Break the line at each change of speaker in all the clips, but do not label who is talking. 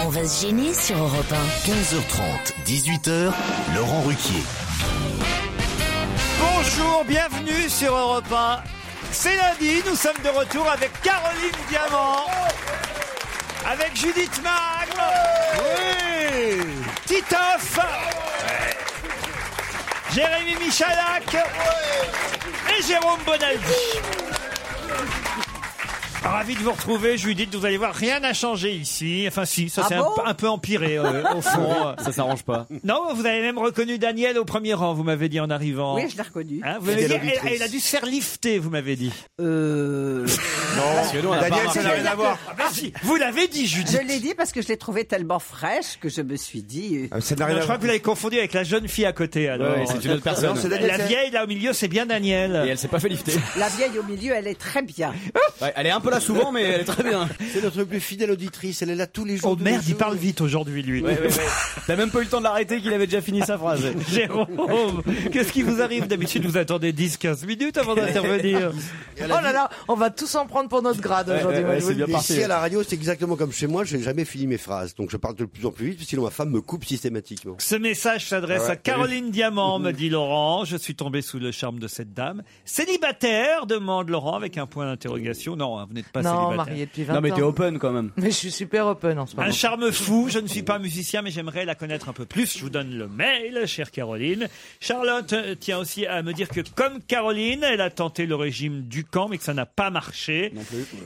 On va se gêner sur Europe
15h30, 18h, Laurent Ruquier.
Bonjour, bienvenue sur Europe 1. C'est lundi, nous sommes de retour avec Caroline Diamant, avec Judith Magne, Titoff, Jérémy Michalak et Jérôme Bonaldi. Ravi de vous retrouver, Judith. Vous allez voir, rien n'a changé ici. Enfin, si, ça
Ah
c'est
bon
un, un peu empiré euh, au fond.
Ça s'arrange pas.
Non, vous avez même reconnu Daniel au premier rang, vous m'avez dit en arrivant.
Oui, je l'ai reconnu.
Hein, vous m'avez dit,
Fidèle
elle,
auditrice.
elle a dû se faire lifter, vous m'avez dit.
Euh,
Parce que nous, on a
Daniel,
pas ben,
ça n'a
remarqué.
rien à voir.
Ah, bah si, vous l'avez dit, Judith.
je l'ai dit parce que je l'ai trouvée tellement fraîche que je me suis dit. euh,
Ah, Ça n'a
Non,
rien
je
à
crois
voir.
que vous l'avez confondu avec la jeune fille à côté. Alors.
Ouais, c'est une autre
Non,
personne.
c'est Daniel.
la vieille là au milieu, c'est bien
Et
Daniel.
elle s'est pas fait lifter.
La vieille au milieu, elle est très bien.
Ouais, elle est un peu là souvent, mais elle est très bien.
C'est notre plus fidèle auditrice, elle est là tous les jours.
Oh merde, il parle vite aujourd'hui, lui.
Ouais, ouais, ouais. T'as même pas eu le temps de l'arrêter qu'il avait déjà fini sa phrase.
Jérôme, qu'est-ce qui vous arrive D'habitude, vous attendez 10-15 minutes avant d'intervenir.
Oh
Oh là là, on va tous en prendre pour notre grade
Ouais,
aujourd'hui.
ouais,
moi,
ouais,
je vous
c'est
le
bien
dis.
parti.
Ici à la radio, c'est exactement comme chez moi, je n'ai jamais fini mes phrases. Donc je parle de plus en plus vite, sinon ma femme me coupe systématiquement.
Ce message s'adresse
Ah ouais,
à Caroline Diamant, me dit Laurent. Je suis tombé sous le charme de cette dame. Célibataire demande Laurent avec un point d'interrogation. Non, hein, vous n'êtes pas
Non,
célibataire.
marié depuis 20
Non, mais
ans.
t'es open quand même.
Mais je suis super open en ce moment.
Un charme fou, je ne suis pas musicien, mais j'aimerais la connaître un peu plus. Je vous donne le mail, chère Caroline. Charlotte euh, tient aussi à me dire que, comme Caroline, elle a tenté le régime du camp, mais que ça n'a pas marché.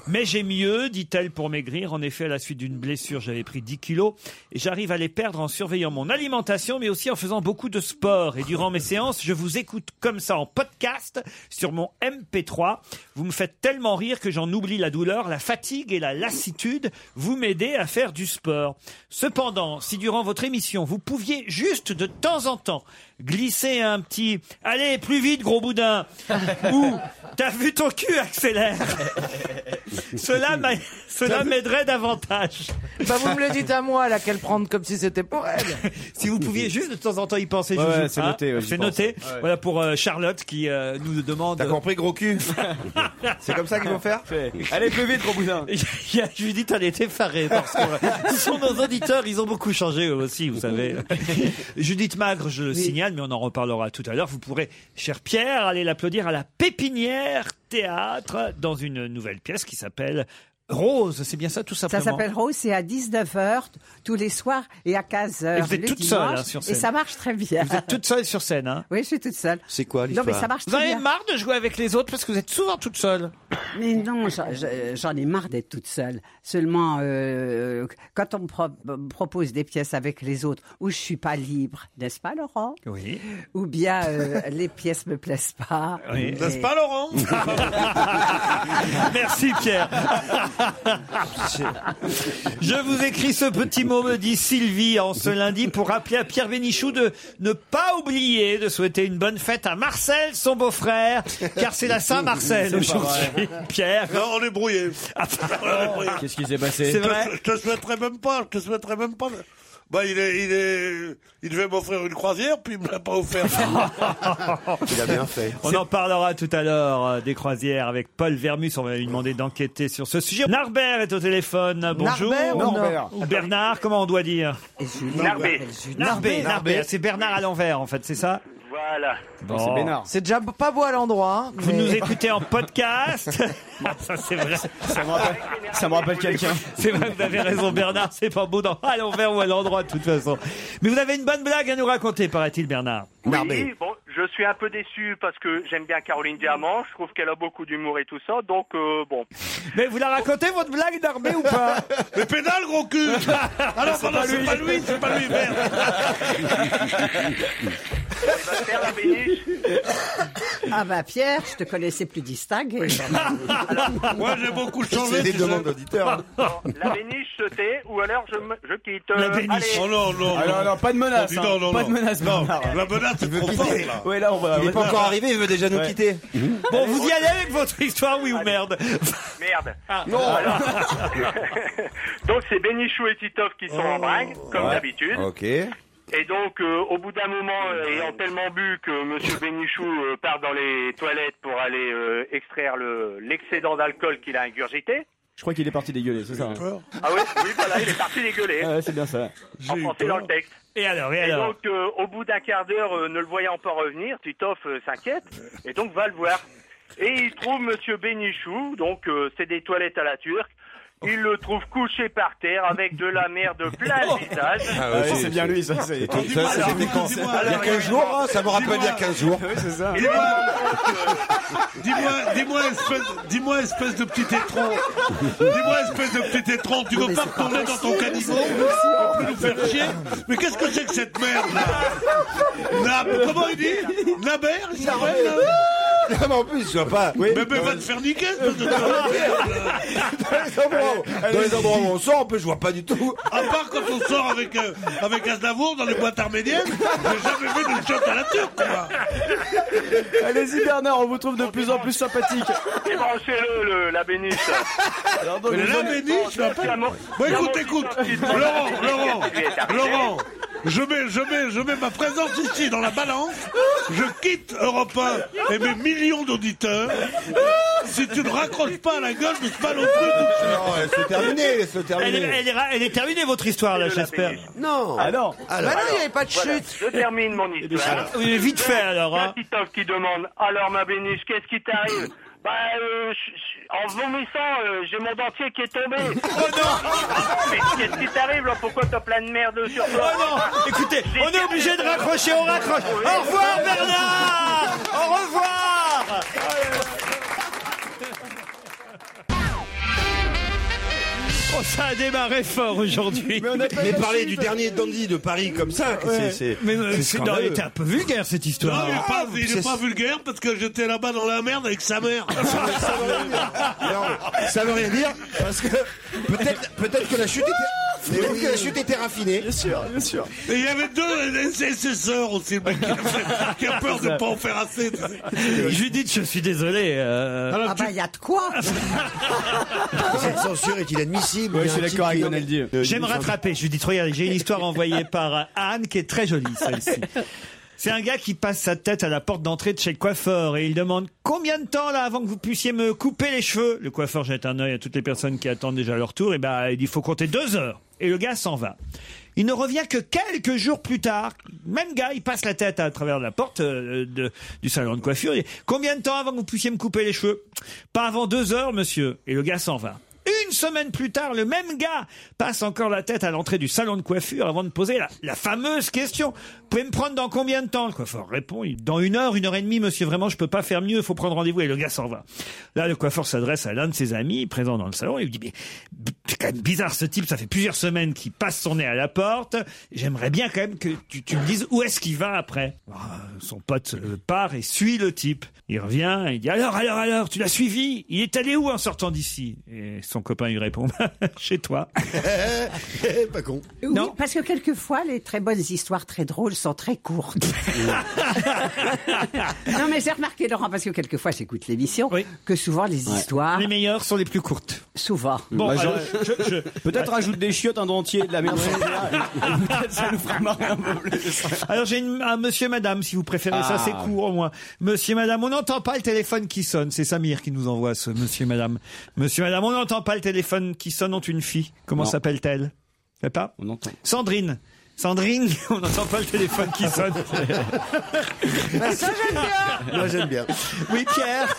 Mais j'ai mieux, dit-elle, pour maigrir. En effet, à la suite d'une blessure, j'avais pris 10 kilos. Et j'arrive à les perdre en surveillant mon alimentation, mais aussi en faisant beaucoup de sport. Et durant mes séances, je vous écoute comme ça en podcast sur mon MP3. Vous me faites tellement rire que j'en oublie la douleur, la fatigue et la lassitude. Vous m'aidez à faire du sport. Cependant, si durant votre émission, vous pouviez juste de temps en temps glisser un petit « Allez, plus vite, gros boudin !» ou « T'as vu ton cul, accélère !» Cela m'a- cela m'aiderait davantage.
Bah, vous me le dites à moi, là, qu'elle prendre comme si c'était pour elle.
Si vous pouviez juste de temps en temps y penser,
Ouais,
Joujou,
ouais, c'est
hein.
noté, ouais, j'y
c'est
pense.
noté.
Ouais.
Voilà pour euh, Charlotte qui euh, nous demande.
T'as compris, gros cul C'est comme ça qu'ils vont faire
Fait. Allez plus vite, gros boudin.
Il y a Judith, elle est effarée parce que euh, ce sont nos auditeurs, ils ont beaucoup changé eux aussi, vous savez. Judith Magre, je le signale, mais on en reparlera tout à l'heure. Vous pourrez, cher Pierre, aller l'applaudir à la Pépinière Théâtre dans une nouvelle pièce qui s'appelle Rose. C'est bien ça, tout
Ça
simplement.
s'appelle Rose, c'est à 19h tous les soirs et à 15h.
Et vous êtes
le
toute
dimanche.
seule, hein, sur scène.
Et ça marche très bien.
Vous êtes toute seule sur scène, hein
Oui, je suis toute seule.
C'est quoi
Non,
l'histoire
mais ça marche
Vous en
très
avez
bien.
marre de jouer avec les autres parce que vous êtes souvent toute seule.
Mais non, j'en- j'en ai marre d'être toute seule. Seulement, euh, quand on me pro- me propose des pièces avec les autres où je suis pas libre, n'est-ce pas, Laurent
Oui.
Ou bien euh, les pièces me plaisent pas.
Oui.
Et-
N'est-ce pas, Laurent
Merci Pierre. Je vous écris ce petit mot, me dit Sylvie, en ce lundi pour rappeler à Pierre Bénichou de ne pas oublier de souhaiter une bonne fête à Marcel, son beau-frère, car c'est la Saint-Marcel aujourd'hui. Pierre,
Non, on est brouillé.
Qu'est-ce qui s'est
c'est
passé
vrai
te souhaiterais même pas, je te souhaiterais même pas. Bah, il est, il est, il devait m'offrir une croisière, puis il me l'a pas offert.
Il a bien fait.
On en parlera tout à l'heure euh, des croisières avec Paul Vermus. On va lui demander d'enquêter sur ce sujet. Narbert est au téléphone. Bonjour.
Narbert ou Non,
Narbert.
Ou Bernard, comment on doit dire
et Julie,
Narbé.
elle, Julie.
Narbert, Narbert. C'est Bernard à l'envers, en fait, c'est ça
Voilà.
c'est Bénard.
C'est déjà pas beau à l'endroit. hein,
Vous nous écoutez en podcast Ah, Ça, c'est vrai. Ça me rappelle, quelqu'un. C'est vrai, vous avez raison, Bernard. C'est pas beau dans, à l'envers ou à l'endroit, de toute façon. Mais vous avez une bonne blague à nous raconter, paraît-il, Bernard.
Oui, bon, je suis un peu déçu parce que j'aime bien Caroline Diamant, je trouve qu'elle a beaucoup d'humour et tout ça, donc euh, bon.
Mais vous la racontez, votre blague d'armée ou pas
Mais pédale, gros cul Alors, pardon, c'est pas lui, c'est pas lui, merde
Ah bah Pierre, je te connaissais plus Ah distingué.
Moi, j'ai beaucoup changé. tu sais.
hein.
La béniche, c'était, ou alors je, me- je quitte. euh,
La béniche.
Oh non, non,
Alors, non, pas de menace.
Dis
hein.
Oh, non, non,
pas
non.
de menace,
Non,
Bernard.
la menace, c'est trop fort, là.
Ouais, là, on va.
Il est pas encore arrivé, il veut déjà nous
Ouais.
quitter.
Bon, vous y allez avec votre histoire, oui ou merde
Merde. Alors- donc c'est Bénichou et Titov qui sont en bringue, comme d'habitude.
Ok. Ah,
Et donc, euh, au bout d'un moment, euh, ayant tellement bu que Monsieur Bénichou euh, part dans les toilettes pour aller euh, extraire le- l'excédent d'alcool qu'il a ingurgité.
Je crois qu'il est parti dégueuler, c'est ça. hein.
Ah oui, oui, voilà, il est parti dégueuler.
Ah ouais, c'est bien ça.
en français dans le texte.
Et alors, et
Et
alors
donc, euh, au bout d'un quart d'heure, euh, ne le voyant pas revenir, Titoff euh, s'inquiète et donc va le voir. Et il trouve Monsieur Bénichou, donc euh, c'est des toilettes à la turque. Il le trouve couché par terre avec de la merde plein
Oh.
le visage.
Ah ouais, c'est bien lui, ça. C'est
Ça,
hein.
c'était quand
Dis-moi,
Il y a
alors,
15 jours, hein, ça me rappelle il y a 15 jours.
Ouais, c'est ça.
Dis-moi, dis-moi, espèce, dis-moi, espèce de petit étron. Dis-moi, espèce de petit étron, tu veux pas retourner dans ton caniveau pour plus nous faire chier Mais qu'est-ce que c'est que cette merde là Nab, comment il dit Nabert, il s'appelle là
Non, mais en plus, je vois pas. Oui.
Mais mais va te faire niquer, espèce de taré.
Dans les endroits où- dans les endroits où on sort, en plus, je vois pas du tout.
À part quand on sort avec, euh, avec Aznavour dans les boîtes arméniennes, j'ai jamais vu d'une shot à la turque, quoi.
Allez-y, Bernard, on vous trouve de plus en plus sympathique.
Débranchez-le, le- la béniche.
Alors, donc,
Mais
nous
la
allons-
béniche, je l'appelle.
Diamant-
Bon,
Diamant
écoute, écoute,
Titov qui se balade
Laurent,
avec
Laurent,
ce qui lui est arrivé.
Laurent, je mets, je mets, je mets ma présence ici dans la balance. Je quitte Europe 1 et mes millions d'auditeurs. Si tu ne raccroches pas à la gueule de ce malotru tout de suite.
Non, Oh, elle se terminait, se
elle est,
terminait.
elle est ra- elle est terminée, votre histoire, là,
De la
j'espère.
Béniche.
Non.
Ah non.
Bah non, il n'y avait pas de
Voilà,
chute.
je termine mon histoire.
Oui, mais vite fait, alors. hein.
Il y a Titov qui demande Alors, ma béniche, qu'est-ce qui t'arrive Bah, euh, je- je- en vomissant, euh, j'ai mon dentier qui est tombé. Oh non Mais qu'est-ce qui t'arrive là Pourquoi t'as plein de merde sur
Oh
toi
non Écoutez, on est obligé de raccrocher, on raccroche. Au revoir, Bernard Au revoir Oh, ça a démarré fort aujourd'hui.
Mais parler du dernier dandy de Paris comme ça, c'est- c'est.
Mais euh, c'est non, elle
scandaleux.
était un peu vulgaire cette
Non,
histoire.
il est pas, il est
Ah, c'est-
pas vulgaire parce que j'étais là-bas dans la merde avec sa mère.
Non, ça veut rien dire parce que peut-être peut-être que la chute était peut-être que la chute était raffinée.
Bien sûr, bien sûr.
Et il y avait deux, et ses, ses sœurs aussi, le mec qui a, fait- qui a peur de pas en faire assez. tu sais.
Judith, je suis désolé. euh,
Alors,
Ah
tu-
bah il y a de quoi
Cette censure est inadmissible.
Ouais,
Il y
je
a
suis
un
d'accord
type
avec
qui- Euh,
Donald Dieu.
J'aime rattraper. Judith, regarde, j'ai une histoire envoyée par Anne qui est très jolie, celle-ci. C'est un gars qui passe sa tête à la porte d'entrée de chez le coiffeur et il demande combien de temps là avant que vous puissiez me couper les cheveux. Le coiffeur jette un œil à toutes les personnes qui attendent déjà leur tour et ben il dit faut compter deux heures. Et le gars s'en va. Il ne revient que quelques jours plus tard. Même gars, il passe la tête à travers la porte euh, de- du salon de coiffure. Il dit, Combien de temps avant que vous puissiez me couper les cheveux Pas avant deux heures, monsieur. Et le gars s'en va. Une semaine plus tard, le même gars passe encore la tête à l'entrée du salon de coiffure avant de poser la, la fameuse question. Vous pouvez me prendre dans combien de temps Le coiffeur répond, il- dans une heure, une heure et demie, monsieur, vraiment, je peux pas faire mieux, il faut prendre rendez-vous. Et le gars s'en va. Là, le coiffeur s'adresse à l'un de ses amis présent dans le salon et lui dit, mais b- c'est quand même bizarre ce type, ça fait plusieurs semaines qu'il passe son nez à la porte. J'aimerais bien quand même que tu, tu me dises où est-ce qu'il va après. Ah, Son pote euh, part et suit le type. Il revient, il dit alors, alors, alors, tu l'as suivi Il est allé où en sortant d'ici Et son copain lui répond chez toi.
Eh, pas con.
Oui,
Non.
parce que quelquefois, les très bonnes histoires très drôles sont très courtes. non, mais j'ai remarqué, Laurent, parce que quelquefois, j'écoute l'émission,
Oui.
que souvent, les histoires,
Les meilleures sont les plus courtes.
souvent.
Bon,
Bah,
alors,
j'aurais-
je, je- Ah.
Peut-être rajoute des chiottes, un dentier, de la merde. sur le verre, et Peut-être ça nous fera marrer un peu plus.
alors, j'ai une- un monsieur, madame, si vous préférez ça,
Ah.
c'est court au moins. Monsieur, madame, on n'entend pas le téléphone qui sonne. C'est Samir qui nous envoie ce monsieur, madame. Monsieur, madame, on n'entend pas le téléphone qui sonne ont une fille. Comment
Non.
s'appelle-t-elle Je sais pas.
On entend.
Sandrine. Sandrine, on n'entend pas le téléphone qui sonne.
ça, j'aime bien.
Moi, j'aime bien. Oui, Pierre.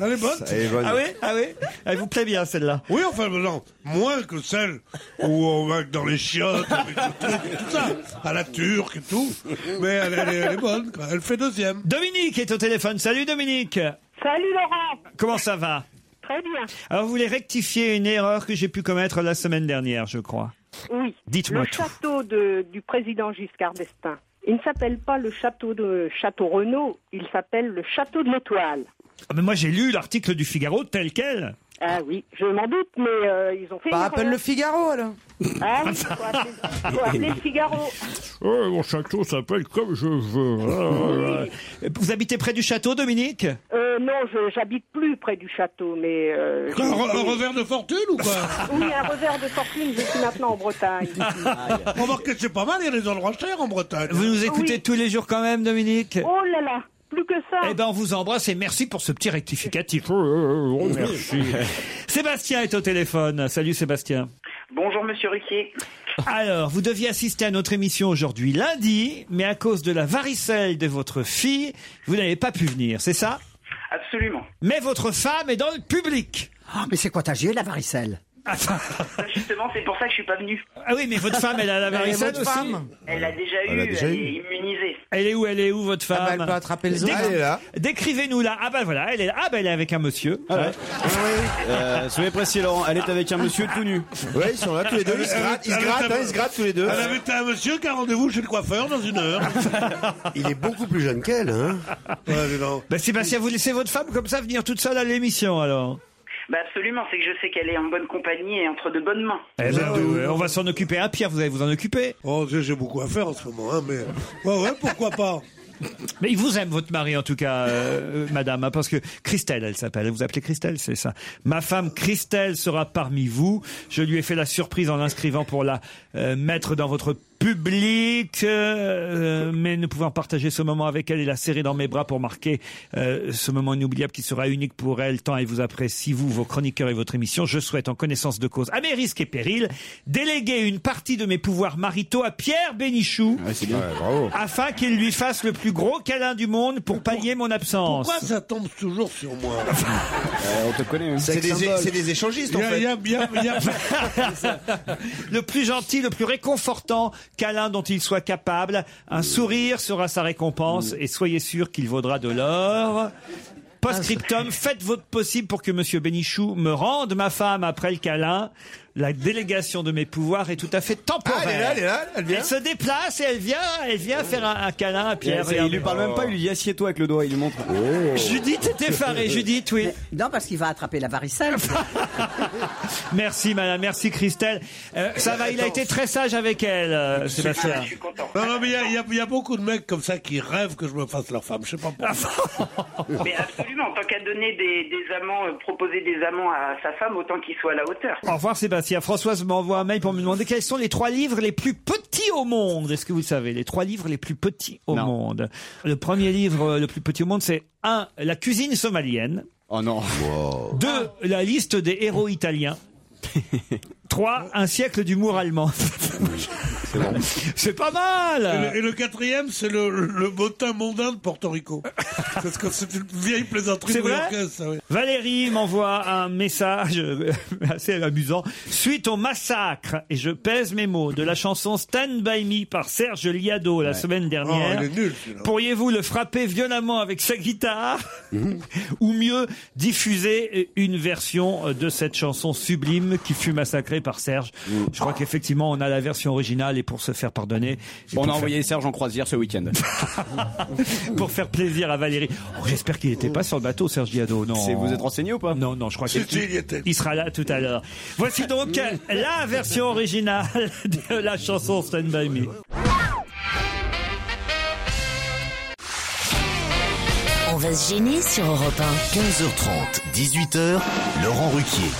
Elle est bonne.
Ça, elle est bonne. Ah oui, ah oui. Elle vous plaît bien celle-là.
Oui, enfin non, moins que celle où on va dans les chiottes, avec le truc, tout ça, à la turque et tout. Mais elle, elle est- elle est bonne. quoi. Elle fait deuxième.
Dominique est au téléphone. Salut Dominique.
Salut Laurent.
Comment ça va
Très bien.
Alors vous voulez rectifier une erreur que j'ai pu commettre la semaine dernière, je crois.
Oui.
Dites-moi
Le
tout.
château de- du président Giscard d'Estaing. Il ne s'appelle pas le château de Château Renaud, il s'appelle le château de l'Étoile.
Ah, mais moi j'ai lu l'article du Figaro tel quel.
Ah oui, je m'en doute, mais euh, ils ont fait.
Bah,
une
appelle
erreur.
le Figaro, alors.
Ah oui, faut appeler- faut appeler le Figaro.
Oh, mon château s'appelle comme je Ah, veux. Vous habitez près du château, Dominique
Euh, non, je- j'habite plus près du château, mais. euh,
Un, re- un revers de fortune ou quoi
Oui, un revers de fortune, je suis maintenant en Bretagne.
Remarquez, c'est pas mal, il y a des endroits chers en Bretagne.
Vous nous écoutez tous les jours quand même, Dominique
Oh là là, plus que ça.
Eh ben, on vous embrasse et merci pour ce petit rectificatif.
merci.
Sébastien est au téléphone. Salut Sébastien.
Bonjour Monsieur Ruquier.
Alors, vous deviez assister à notre émission aujourd'hui lundi, mais à cause de la varicelle de votre fille, vous n'avez pas pu venir, c'est ça
Absolument.
Mais votre femme est dans le public.
Ah, mais c'est contagieux, la varicelle.
Euh, Justement, c'est pour ça que je suis pas venu.
Ah oui, mais votre femme, elle a la varicelle aussi.
Elle a déjà eu,
Elle
elle,
a déjà
est
eu.
immunisée.
Elle est où, elle est où, votre femme
bah, elle peut attraper le
Déc-
zoo. Elle est là.
Décrivez-nous là. Ah bah voilà, elle est, ah bah, elle est avec un monsieur.
Euh, soyez précis, Laurent. Elle est avec un monsieur tout nu.
Ouais, ils sont là tous les deux. Ils se grattent, ils se grattent, hein, ils se grattent tous les deux.
Elle avait un monsieur qui a rendez-vous chez le coiffeur dans une heure.
Il est beaucoup plus jeune qu'elle, hein.
Bah, Sébastien, vous laissez votre femme comme ça venir toute seule à l'émission alors
Bah absolument, c'est que je sais qu'elle est en bonne compagnie et entre de bonnes mains.
Eh ben, ouais, on va s'en occuper. Hein, Pierre, vous allez vous en occuper.
Oh, j'ai j'ai beaucoup à faire en ce moment, hein, mais. Ouais, ouais, pourquoi pas
Mais il vous aime, votre mari, en tout cas, euh, euh, madame, hein, parce que Christelle, elle s'appelle. Vous appelez Christelle, c'est ça. Ma femme Christelle sera parmi vous. Je lui ai fait la surprise en l'inscrivant pour la euh, mettre dans votre public, euh, euh, mais ne pouvant partager ce moment avec elle et la serrer dans mes bras pour marquer euh, ce moment inoubliable qui sera unique pour elle, tant elle vous apprécie, vous, vos chroniqueurs et votre émission. Je souhaite, en connaissance de cause, à mes risques et périls, déléguer une partie de mes pouvoirs maritaux à Pierre Bénichou, afin qu'il lui fasse le plus gros câlin du monde pour pallier mon absence.
Pourquoi ça tombe toujours sur moi
Euh, on te connaît. hein.
C'est des, c'est des échangistes, en
Il y a-
fait.
il y a- il y a- il y a-
le plus gentil, le plus réconfortant câlin dont il soit capable. Un sourire sera sa récompense et soyez sûr qu'il vaudra de l'or.
Ah,
Post-scriptum, faites votre possible pour que Monsieur Bénichou me rende ma femme après le câlin. La délégation de mes pouvoirs est tout à fait temporaire.
Ah, elle est là, elle est là, elle vient.
se déplace et elle vient, elle vient faire un, un câlin à Pierre.
Eh, il, lui parle même pas, il lui dit assieds-toi avec le doigt, il lui montre. Oh.
Judith est effarée, Judith, oui.
non, parce qu'il va attraper la varicelle.
Merci madame, merci Christelle. Euh, ça va, il a été très sage avec elle, euh, Sébastien.
Non, non, mais il y a- il y, a- il y a beaucoup de mecs comme ça qui rêvent que je me fasse leur femme. Je sais pas pourquoi.
Mais absolument, tant qu'à donner des, des amants, euh, proposer des amants à sa femme, autant qu'ils soient à la hauteur.
Au revoir Sébastien. Françoise m'envoie un mail pour me demander quels sont les trois livres les plus petits au monde. Est-ce que vous le savez Les trois livres les plus petits au monde. Le premier livre euh, le plus petit au monde, c'est 1. La cuisine somalienne.
Oh non.
2. La liste des héros italiens. 3. Un siècle d'humour allemand. C'est pas mal
Et le, et le quatrième, c'est le, le bottin mondain de Porto Rico. Parce que c'est une vieille plaisanterie
C'est vrai
new-yorkaise, ça, oui.
Valérie m'envoie un message euh, assez amusant. Suite au massacre, et je pèse mes mots, de la chanson Stand By Me par Serge Liado la semaine dernière.
Oh, il est nul, celui-là.
Pourriez-vous le frapper violemment avec sa guitare
Mhm.
Ou mieux, diffuser une version euh, de cette chanson sublime qui fut massacrée par Serge
Mhm.
Je crois qu'effectivement, on a la version originale et pour se faire pardonner... et
On
pour
a
faire-
envoyé Serge en croisière ce week-end.
pour faire plaisir à Valérie. Oh, J'espère qu'il
Mhm.
n'était pas sur le bateau, Serge Diado. Oh Non.
C'est- vous êtes renseigné ou pas
Non, non, je crois
Si,
qu'il
si, il y était.
il sera là tout à l'heure. Voici donc la version originale de la chanson Stand By Me.
On va se gêner sur Europe
15h30, 18h, Laurent Ruquier.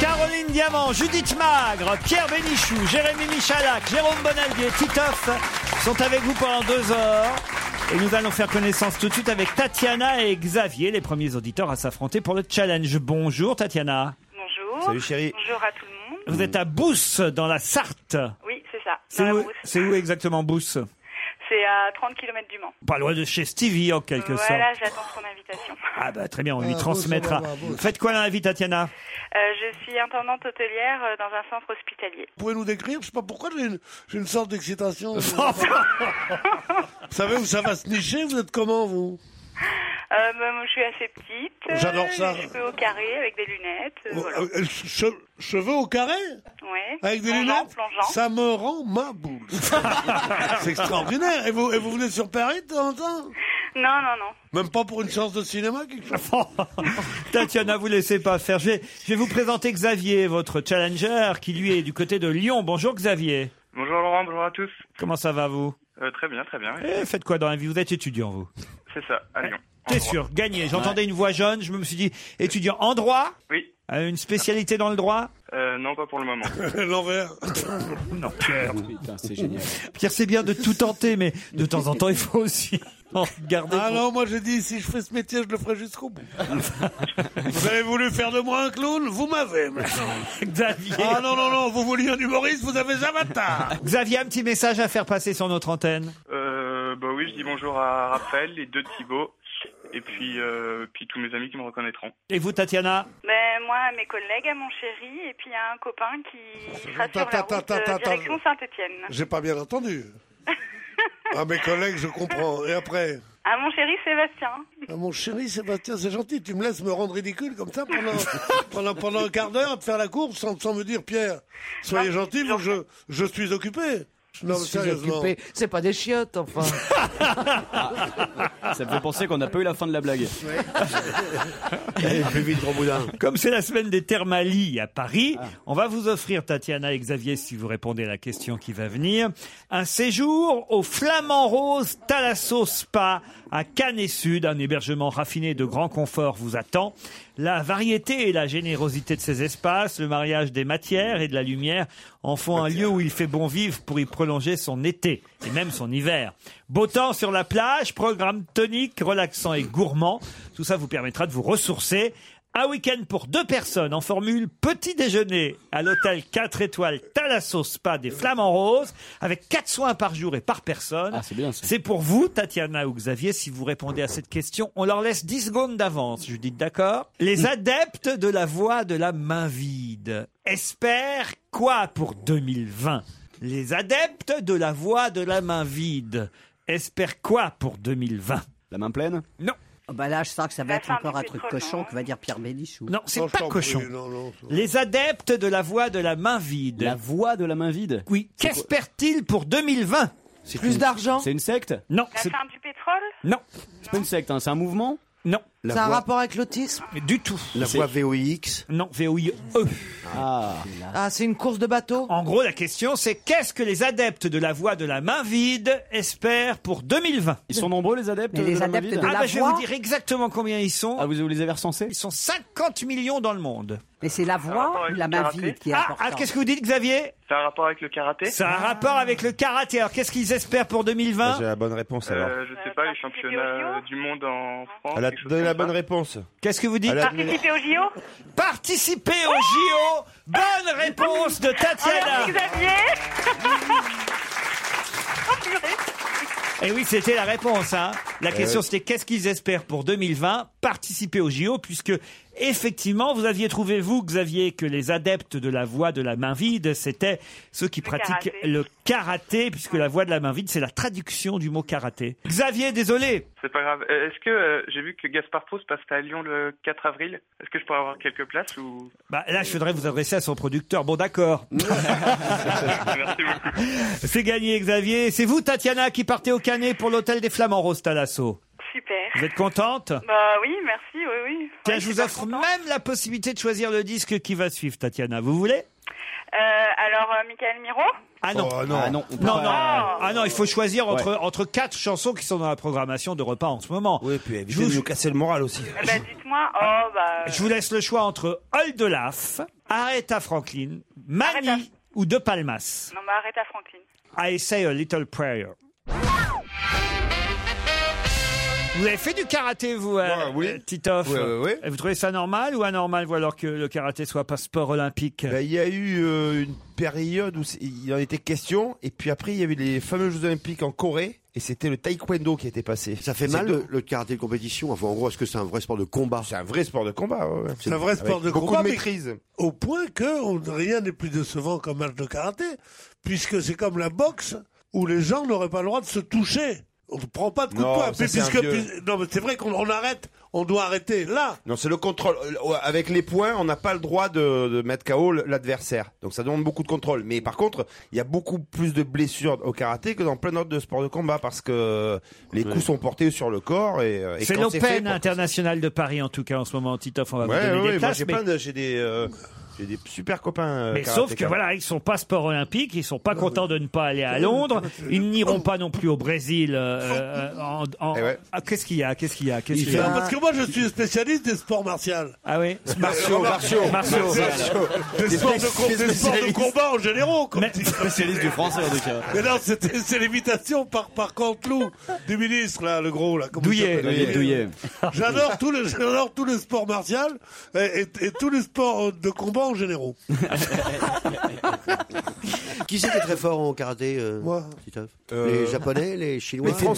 Caroline Diamant, Judith Magre, Pierre Bénichou, Jérémy Michalak, Jérôme Bonaldi et Titoff sont avec vous pendant deux heures. Et nous allons faire connaissance tout de suite avec Tatiana et Xavier, les premiers auditeurs à s'affronter pour le challenge. Bonjour Tatiana.
Bonjour.
Salut, chérie.
Bonjour à tout le monde.
Vous êtes à Bousse, dans la Sarthe.
Oui,
C'est où, c'est où exactement Bousse
C'est à 30 km du Mans.
Pas loin de chez Stevie, en quelque
Voilà,
sorte.
j'attends son invitation.
Ah bah très bien, on lui
Ah,
transmettra.
Beauce, Beauce, Beauce.
Faites quoi l'invite, Tatiana
Euh, je suis intendante hôtelière euh, dans un centre hospitalier.
Vous pouvez nous décrire Je sais pas pourquoi j'ai une, j'ai une sorte d'excitation. vous savez où ça va se nicher Vous êtes comment, vous
Euh, bah, moi, je suis assez petite. euh,
J'adore ça.
Les cheveux au carré avec des lunettes. euh, voilà.
Euh, euh, che- Cheveux au carré
Ouais.
Avec des
Plongeant,
lunettes
plongeant.
Ça me rend ma boule. C'est extraordinaire. Et vous, et vous venez sur Paris de temps en temps
Non, non, non.
Même pas pour une séance de cinéma, quelque chose
Tatiana, vous laissez pas faire. Je vais, je vais vous présenter Xavier, votre challenger, qui lui est du côté de Lyon. Bonjour Xavier.
Bonjour Laurent, bonjour à tous.
Comment ça va vous
Euh, très bien, très bien. oui.
Eh, Faites quoi dans la vie Vous êtes étudiant, vous
C'est ça, à Lyon.
T'es sûr, gagné. J'entendais une voix jeune, je me suis dit, étudiant en droit
Oui.
Euh, Une spécialité dans le droit
Euh, non, pas pour le moment.
L'envers.
non, Pierre.
Putain, c'est génial.
Pierre, c'est bien de tout tenter, mais de temps en temps, il faut aussi en garder.
Ah non, moi j'ai dit, si je fais ce métier, je le ferai jusqu'au bout. vous avez voulu faire de moi un clown Vous m'avez maintenant.
Xavier.
Ah non, non, non, vous vouliez un humoriste, vous avez Avatar.
Xavier, un petit message à faire passer sur notre antenne.
Euh, bah oui, je dis bonjour à Raphaël, les deux Thibaut, et puis, euh, puis tous mes amis qui me reconnaîtront.
Et vous, Tatiana
Ben, moi, à mes collègues, à mon chéri, et puis à un copain qui sera sur la
Attends,
route
attends,
euh,
attends,
direction Saint-Étienne.
J'ai pas bien entendu. À Ah, mes collègues, je comprends. Et après
À mon chéri Sébastien.
Ah, mon chéri Sébastien, c'est gentil, tu me laisses me rendre ridicule comme ça pendant, pendant, pendant un quart d'heure à te faire la course sans, sans me dire Pierre, soyez gentil, vous, je, je suis occupé. Non,
Je
mais
suis
sérieusement.
occupé. C'est pas des chiottes, enfin.
Ça me fait penser qu'on n'a pas eu la fin de la blague.
Allez, plus vite, gros boudin. Ah. Comme c'est la semaine des Thermalies à Paris, on va vous offrir, Tatiana et Xavier, si vous répondez à la question qui va venir, un séjour au Flamand Rose Thalasso Spa à Canet Sud. Un hébergement raffiné de grand confort vous attend. La variété et la générosité de ces espaces, le mariage des matières et de la lumière en font un lieu où il fait bon vivre pour y prolonger son été et même son hiver. Beau temps sur la plage, programme tonique, relaxant et gourmand. Tout ça vous permettra de vous ressourcer. Un week-end pour deux personnes en formule petit déjeuner à l'hôtel 4 étoiles Thalasso Spa des Flamants Roses avec 4 soins par jour et par personne. Ah, c'est pour vous, Tatiana ou Xavier, si vous répondez à cette question. On leur laisse 10 secondes d'avance, Judith, d'accord Les adeptes de la voie de la main vide espèrent quoi pour 2020 Les adeptes de la voie de la main vide espèrent quoi pour 2020 La main pleine Non.
Bah là, je sens que ça va être encore un truc cochon que va dire Pierre Bénichou.
Non, c'est pas cochon.
non, non,
Les adeptes de la voie de la main vide. La voie de la main vide Oui. Qu'espèrent-ils pour 2020
Plus une- d'argent C'est une secte
Non.
La fin du pétrole
Non.
C'est pas une secte, hein, c'est un mouvement
Non.
C'est un rapport
avec l'autisme
Du tout.
La voix
VOIX Non, VOIE. Ah,
Ah, c'est une course de bateau
E. En gros, la question, c'est qu'est-ce que les adeptes de la voie de la main vide espèrent pour 2020 Ils sont nombreux, les adeptes
Mais de les la main adeptes vide de
Ah,
la
bah, je vais
voie
vous dire exactement combien ils sont. Ah, vous les avez recensés Ils sont 50 millions dans le monde.
Mais c'est la voix ou la main
karaté
vide qui est
Ah,
importante
ah, qu'est-ce que vous dites, Xavier
C'est un rapport avec le karaté
Ça a un rapport avec le karaté. Alors, qu'est-ce qu'ils espèrent pour 2020
Bah, J'ai la bonne réponse alors.
Euh, je sais pas, les championnats euh, du monde en France.
Elle a
quelque chose
donné
comme
la
ça.
bonne réponse.
Qu'est-ce que vous
Ah,
dites
Participer au JO
Participer au JO Bonne réponse de
Oh,
Tatiana
Xavier
Et Eh oui, c'était la réponse. Hein. La
Eh
question,
oui.
c'était qu'est-ce qu'ils espèrent pour 2020 Participer au JO, puisque effectivement, vous aviez trouvé, vous, Xavier, que les adeptes de la voie de la main vide, c'était ceux qui pratiquent
karaté.
le karaté, puisque la voie de la main vide, c'est la traduction du mot karaté. Xavier, désolé
C'est pas grave. Euh, Est-ce que euh, j'ai vu que Gaspard Proust passe à Lyon le 4 avril Est-ce que je pourrais avoir quelques places ou
bah, Là, je voudrais vous adresser à son producteur. Bon, d'accord.
Ah,
Merci beaucoup.
c'est gagné, Xavier. C'est vous, Tatiana, qui partez au Canet pour l'hôtel des Flamands Roses Talasso.
Super.
Vous êtes contente
Bah oui, merci, oui, oui.
Tiens, je vous offre même la possibilité de choisir le disque qui va suivre, Tatiana. Vous voulez
Euh, alors, euh, Michael Miro Oh,
Ah non.
Oh, non.
ah
Ah
non,
non, on peut
non,
pas.
Ah non, il faut choisir entre,
Ouais.
entre quatre chansons qui sont dans la programmation de repas en ce moment. Oui, puis éviter de nous casser le moral aussi.
Eh ben, dites-moi, oh, bah...
Euh, Je vous laisse le choix entre Oldelaf, Aretha Franklin, Mani ou De Palmas.
Non, mais arrête à Franklin.
I say a little prayer. Vous avez fait du karaté, vous, euh, euh, Titoff
Ouais, ouais, ouais.
Et Vous trouvez ça normal ou anormal, vous, alors que le karaté soit pas sport olympique
Bah, Il y a eu euh, une période où c'est- il en était question, et puis après il y avait les fameux Jeux Olympiques en Corée, et c'était le taekwondo qui était passé. Ça
fait mal le, le karaté de compétition. Enfin, en gros, est-ce que c'est un vrai sport de combat C'est un vrai sport de combat.
C'est un vrai sport de
beaucoup
combat,
de
mais
maîtrise.
Au point que on- rien n'est plus décevant qu'un match de karaté, puisque c'est comme la boxe où les gens n'auraient pas le droit de se toucher. On ne prend pas de coup
Non,
de poing.
ça,
mais
c'est un
puisque-
vieux.
puis- non, mais c'est vrai qu'on on arrête, on doit arrêter là.
Non, c'est le contrôle. Euh, Avec les points, on n'a pas le droit de, de mettre KO l'adversaire. Donc ça demande beaucoup de contrôle. Mais par contre, il y a beaucoup plus de blessures au karaté que dans plein d'autres de sports de combat parce que les coups sont portés sur le corps et, euh, et
C'est
quand fait
l'Open
pour-
international de Paris, en tout cas, en ce moment, Titoff. On va
Ouais,
vous donner
ouais,
des
moi,
places.
j'ai
mais-
plein de- j'ai des, euh, j'ai des super copains. euh,
Mais
karatékas.
sauf que voilà, ils sont pas sport olympique, ils sont pas contents de ne pas aller à Londres, ils n'iront pas non plus au Brésil. euh, euh, en-
Eh
en- Ah, Qu'est-ce qu'il y a Qu'est-ce qu'il y a Qu'est-ce qu'il y a
Non, Parce que moi, je suis spécialiste des sports martiaux.
Ah oui
Martiaux,
martiaux, martiaux.
Des
Des
sports de com- des sports de
spécialistes.
combat en généraux. Comme dit.
Spécialiste du français, en tout cas.
Mais non, c'était- c'est l'imitation par, par Canteloup, du ministre, là, le gros, là. comment
Douillet.
il s'appelle
Douillet, Douillet.
J'adore tout le, j'adore tout le sport martial et, et- et tous les sports de combat en généraux.
Qui c'est qui est très fort en karaté euh, Titoff
Euh,
Les Japonais, les Chinois, Pour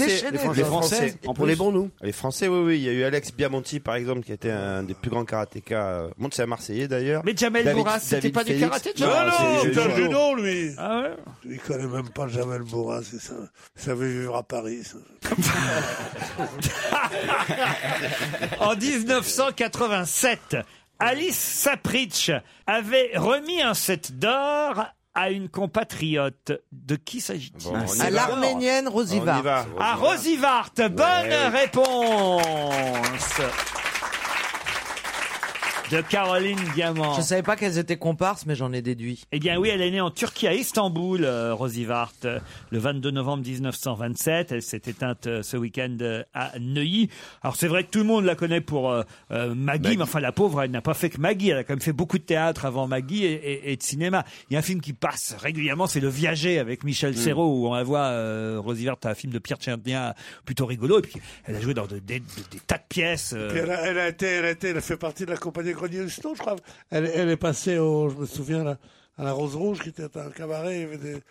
les bons, nous.
Les Français, oui, oui. Il y a eu Alex Biamonti, par exemple, qui était un des plus grands karatékas. euh, Bon, c'est un Marseillais d'ailleurs.
Mais Jamel
David-
Bourras, c'était
David
pas du
Félix.
karaté,
Non,
Jamel
Ah non,
c'est
c'est un
du judo.
judo, lui.
Ah ouais
Il connaît même pas Jamel Bourras, c'est ça. Ça veut vivre à Paris, ça.
En 1987, Alice Sapritch avait remis un set d'or à une compatriote. De qui s'agit-il
Bon, on y À va. l'Arménienne Rosy
Rosivart.
Vart. On y va.
À
Rosy
Rosivart. Bonne
Ouais.
réponse
Oh.
de Caroline Diamant.
Je savais pas qu'elles étaient comparses, mais j'en ai déduit.
Eh bien oui, elle est née en Turquie, à Istanbul, euh, Rosie Vart, euh, le 22 novembre 1927. Elle s'est éteinte euh, ce week-end euh, à Neuilly. Alors c'est vrai que tout le monde la connaît pour euh, euh, Maggie, mais enfin la pauvre, elle n'a pas fait que Maggie. Elle a quand même fait beaucoup de théâtre avant Maggie et, et- et de cinéma. Il y a un film qui passe régulièrement, c'est Le Viager avec Michel Serrault, où on la voit, euh, Rosie Vart, un film de Pierre Tchernia plutôt rigolo. Et puis elle a joué dans de- des, des- des tas de pièces. euh,
Puis elle, a, elle a été, elle a été, elle fait partie de la compagnie Grenier du Snow, je crois. Elle, elle est passée au, je me souviens, là, à la Rose Rouge, qui était un cabaret, il y avait des-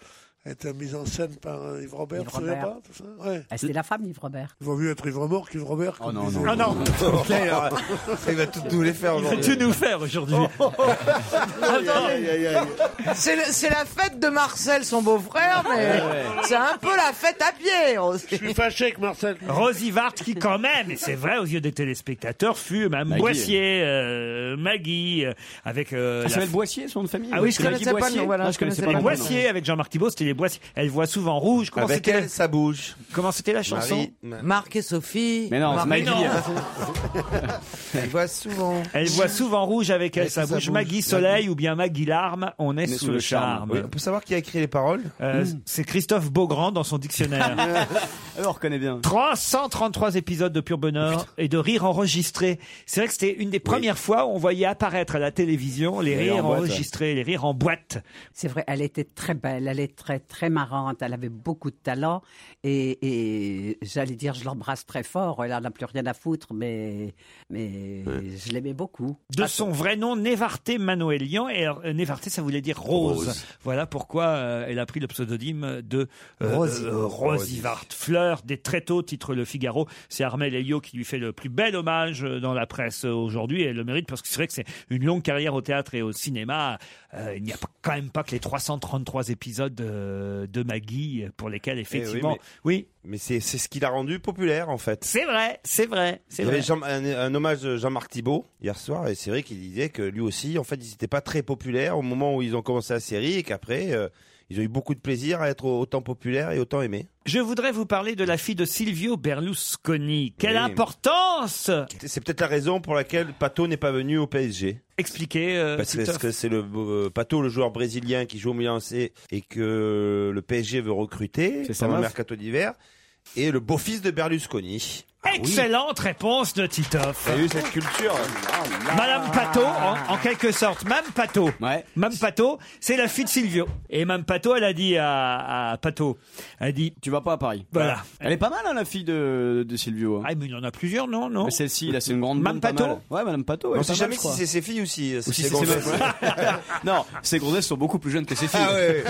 elle était mise en scène par euh, Yves Robert,
Yves
tu te souviens
Robert.
pas, tout ça Ouais.
Ah, C'était la femme d'Yves Robert.
Il vaut mieux être Yves Mort qu'Yves Robert. Oh
non,
disait.
non, non.
Ok, alors, il va tout nous les faire
Il va
aujourd'hui.
tout nous faire aujourd'hui.
C'est le- c'est la fête de Marcel, son beau-frère, mais c'est un peu la fête à pied. Je suis
fâché avec Marcel.
Rosie Vart qui quand même, et c'est vrai aux yeux des téléspectateurs, fut Mme
Maggie.
Boissier, euh, Maggie, euh, avec... euh,
Elle
la-
Ah, s'appelle Boissier, son nom de famille
Ah oui, je
C'est Maggie
connaissais pas le
Boissier
nom, voilà,
Non,
je connaissais pas les
le nom.
Boissier, avec Jean-Marc Thibault, c'était les Boissier. Elle voit souvent rouge. Comment
Avec
c'était
elle, ça bouge.
Comment c'était la chanson
Marc et Sophie.
Mais non,
Marc-
Maggie.
Elle voit souvent.
Elle voit souvent rouge avec elle,
Avec
ça,
ça
bouge.
bouge.
Maggie Soleil ou bien Maggie Larme, on est, sous, le charme.
Oui, on peut savoir qui a écrit les paroles Hmm.
Euh, C'est Christophe Beaugrand dans son dictionnaire.
Alors, Ah, on reconnaît bien.
333 épisodes de pur bonheur et de rires enregistrés. C'est vrai que c'était une des premières fois où on voyait apparaître à la télévision les
Les
rires
rires en boîte,
enregistrés, les rires en boîte.
C'est vrai, elle était très belle, elle est très très marrante, elle avait beaucoup de talent et, et j'allais dire je l'embrasse très fort, elle en a plus rien à foutre, mais mais je l'aimais beaucoup. Ah,
De son vrai nom, Névarté Manoélian. Et alors, euh, Névarté, ça voulait dire rose.
Rose.
Voilà pourquoi euh, elle a pris le pseudonyme de euh,
Rosie.
euh, Rosivart. Fleur des tréteaux, titre Le Figaro. C'est Armel Elio qui lui fait le plus bel hommage euh, dans la presse euh, aujourd'hui. Et elle le mérite parce que c'est vrai que c'est une longue carrière au théâtre et au cinéma. Euh, il n'y a pas- quand même pas que les 333 épisodes euh, de Maggie pour lesquels, effectivement, oui.
Eh Mais, mais c'est c'est ce qui l'a rendu populaire, en fait.
C'est vrai, c'est vrai, c'est
Il y avait
vrai.
Jean- un, un hommage de Jean-Marc Thibault hier soir, et c'est vrai qu'il disait que lui aussi, en fait, ils n'étaient pas très populaires au moment où ils ont commencé la série, et qu'après, euh, ils ont eu beaucoup de plaisir à être au- autant populaires et autant aimés.
Je voudrais vous parler de la fille de Silvio Berlusconi. Quelle
Oui.
importance
C'est peut-être la raison pour laquelle Pato n'est pas venu au PSG.
Expliquez. euh,
Parce que-
Titoff.
parce que c'est le euh, Pato, le joueur brésilien qui joue au Milan AC et que le PSG veut recruter
C'est ça,
pendant le
mince.
mercato d'hiver, et le beau-fils de Berlusconi.
Ah. Excellente réponse de Titoff.
T'as eu cette culture.
Madame Pato, en, en quelque sorte, Mme Pato. Mme Pato, c'est la fille de Silvio. Et Mme Pato, elle a dit à, à Pato, elle a dit,
tu vas pas à Paris.
Voilà.
Elle est pas mal, hein, la fille de, de Silvio. hein.
Ah, mais il en a plusieurs, non, non.
Mais Celle-ci, là, c'est une grande.
Mme
blonde, pas
Pato
mal. Ouais, Madame Pato. elle
On
est
sait
pas mal,
jamais
je
si
crois.
c'est
ses filles ou si
Ou si
ses
c'est ses
gonzesses.
meufs. Non, ses gonzesses sont beaucoup plus jeunes que ses filles.
Ah ouais.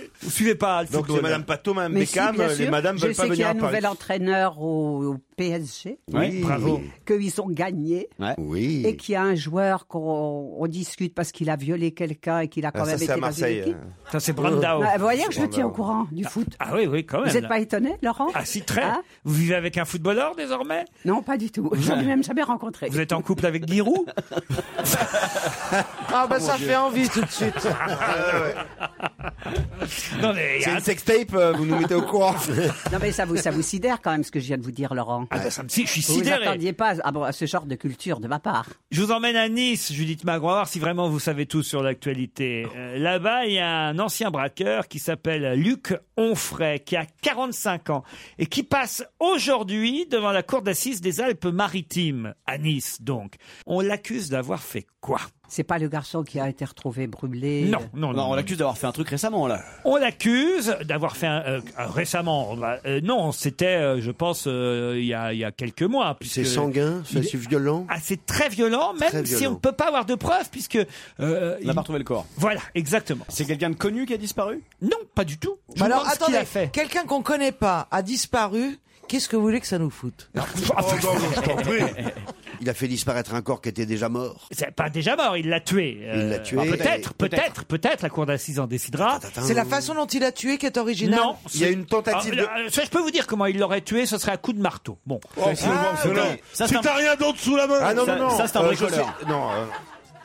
Vous suivez pas
Donc c'est Madame Pato, Madame
Mais
Beckham, euh, les
si, bien sûr.
madames
Je
veulent
sais
pas
qu'il y
venir
a
à
un
Paris.
nouvel entraîneur au, au PSG.
Ouais, Oui. bravo.
Qu'ils ont gagné.
Oui.
Et qu'il y a un joueur qu'on on discute parce qu'il a violé quelqu'un et qu'il a quand
Ah, ça,
même
c'est
été
à
dans une
Marseille,
équipe.
euh. Ça, c'est Brandao.
Ah, Vous voyez
C'est
que je me tiens
Brandao.
au courant du foot.
Ah oui, oui, quand même.
Vous n'êtes pas étonné, Laurent
Ah si, très.
Hein
Vous vivez avec un footballeur désormais
Non, pas du tout. Je ne l'ai même jamais rencontré.
Vous êtes en couple avec Giroud
Ah bah
Mon
Oh,
ça
Dieu.
fait envie tout de suite.
Non, mais.
C'est une sextape, euh, vous nous mettez au courant.
Non mais ça vous, ça vous sidère quand même ce que je viens de vous dire, Laurent.
Ah bah, ça me si- je suis
Vous
sidéré.
Vous attendiez pas à, à ce genre de culture de ma part.
Je vous emmène à Nice, Judith Magro, à voir si vraiment vous savez tout sur l'actualité. Euh, Là-bas, il y a un ancien braqueur qui s'appelle Luc Onfray, qui a 45 ans et qui passe aujourd'hui devant la cour d'assises des Alpes-Maritimes, à Nice donc. On l'accuse d'avoir fait quoi
C'est pas le garçon qui a été retrouvé brûlé.
Non, non, non,
Non, Bah, on
non.
l'accuse d'avoir fait un truc récemment, là.
On l'accuse d'avoir fait un, euh, un- récemment. bah, euh, non, c'était, euh, je pense, euh, il y, a, il y a quelques mois.
C'est
puisque-
sanguin,
Il-
c'est c'est violent.
Ah, c'est très violent, même
Très
si
violent.
on ne peut pas avoir de preuves, puisque... on
n'a pas retrouvé le corps.
Voilà, exactement.
C'est quelqu'un de connu qui a disparu
Non, pas du tout.
Bah alors attendez, quelqu'un qu'on connaît pas a disparu. Qu'est-ce que vous voulez que ça nous foute
Il a fait disparaître un corps qui était déjà mort.
C'est pas déjà mort, il l'a tué. euh,
Il l'a tué.
Peut-être,
Peut-être.
peut-être, peut-être, la cour d'assises en décidera.
C'est la façon dont il a tué qui est originale.
Non, c'est- Ah, euh, ça, je peux vous dire comment il l'aurait tué, ce serait à coup de marteau. Bon.
Oh, c'est- Ah, c'est- oui. Ça, c'est
Si
un-
t'as rien d'autre sous la main.
Ah non,
Ça-
non, non.
ça, c'est un
je
bricoleur.
sais- Non. euh,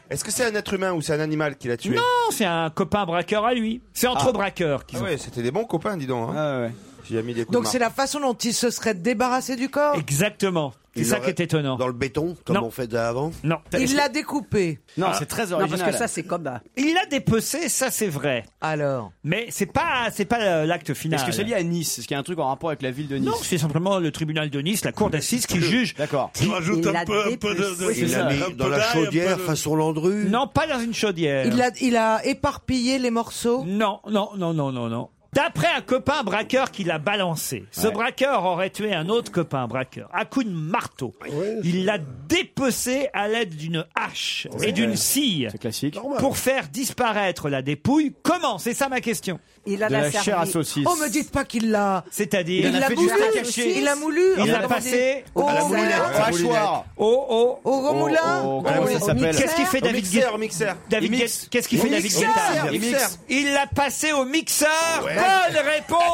Est-ce que c'est un être humain ou c'est un animal qui l'a tué
Non, c'est un copain braqueur à lui. C'est entre
Ah.
braqueurs qu'ils
Ah
ont.
ouais, c'était des bons copains, dis donc. Hein. Ah
ouais.
J'ai mis des coups
Donc
de
c'est la façon dont il se serait débarrassé du corps.
Exactement. C'est
Il
ça
l'aurait-
qui est étonnant.
Dans le béton, comme on faisait avant
Non.
Il l'a découpé.
Non, c'est très original.
Non, parce que ça, c'est comme. euh,
Il l'a dépecé, ça c'est vrai.
Alors.
Mais c'est pas c'est pas euh, l'acte final.
Est-ce que c'est lié à Nice Est-ce qu'il y a un truc en rapport avec la ville de Nice
Non, c'est simplement le tribunal de Nice, la cour d'assises qui juge.
D'accord.
Tu rajoutes
un peu- un peu de- de-
Il l'a mis dans la chaudière façon Landru.
Non, pas dans une chaudière.
Il a, il a éparpillé les morceaux.
Non, non, non, non, non, non. D'après un copain braqueur qui l'a balancé, ce braqueur aurait tué un autre copain braqueur à coups de marteau. Il l'a dépecé à l'aide d'une hache et d'une scie
classique.
pour faire disparaître la dépouille. Comment C'est ça ma question.
Il a
De la chair
servi.
à saucisse.
Oh, me dites pas qu'il l'a.
C'est-à-dire,
Il l'a
fait du
moulu.
steak haché.
Il l'a moulu.
Il
Enfin,
l'a
comment
passé
on dit-
À la
Au
moulinette.
moulin.
Au mâchoire.
au, au,
Au gros moulin.
au-
Au-
comment ça
au
s'appelle
mixeur.
Qu'est-ce qu'il fait
Au
David
mixeur,
Guetta
mixeur.
David
Il
Guetta-
mixe.
Qu'est-ce qu'il fait David
mixeur,
Guetta
il mixe.
Il l'a passé au mixeur. Bonne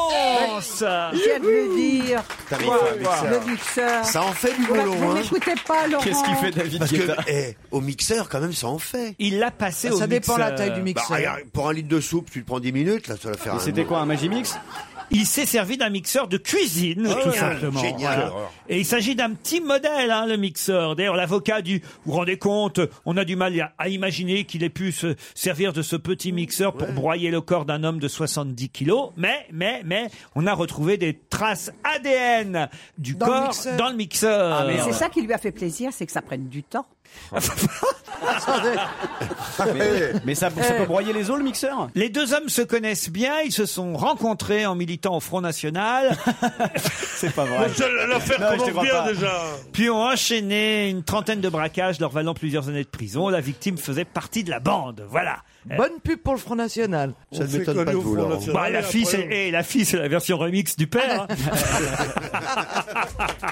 réponse.
Je viens de le dire.
T'as mis quoi, mixeur
Le mixeur.
Ça en fait du
Vous-
boulot,
Vous
hein.
m'écoutez pas, Laurent.
Qu'est-ce qu'il fait David
Parce que,
Guetta
eh, au mixeur, quand même, ça en fait.
Il l'a passé au
Ça dépend la
mixeur.
taille du
Bah,
mixeur.
regarde, pour un litre de soupe, tu te prends 10 minutes, là, ça va faire
Et
un.
c'était quoi, un Magimix
Il s'est servi d'un mixeur de cuisine, tout simplement.
Oh, génial.
Et il s'agit d'un petit modèle, hein, le mixeur. D'ailleurs, l'avocat dit, vous vous rendez compte, on a du mal à, à imaginer qu'il ait pu se servir de ce petit mixeur pour broyer le corps d'un homme de 70 kilos. Mais, mais, mais, on a retrouvé des traces ADN du
Dans le
corps
mixeur. Ah,
dans le mixeur.
Ah, Mais c'est ça qui lui a fait plaisir, c'est que ça prenne du temps.
mais, mais ça, ça peut broyer les os, le mixeur
Euh. Les deux hommes se connaissent bien, ils se sont rencontrés en militant au Front National,
C'est pas vrai.
L'affaire
Non, je te crois
commence bien
pas.
déjà.
puis ont enchaîné une trentaine de braquages, leur valant plusieurs années de prison. La victime faisait partie de la bande, voilà.
Bonne pub pour le Front National.
Ça
On
ne
s'est
m'étonne pas
connus
de
au
vous,
Front
Laurent.
National.
Bah, la fille, c'est eh, la fille, c'est la version remix du père. hein.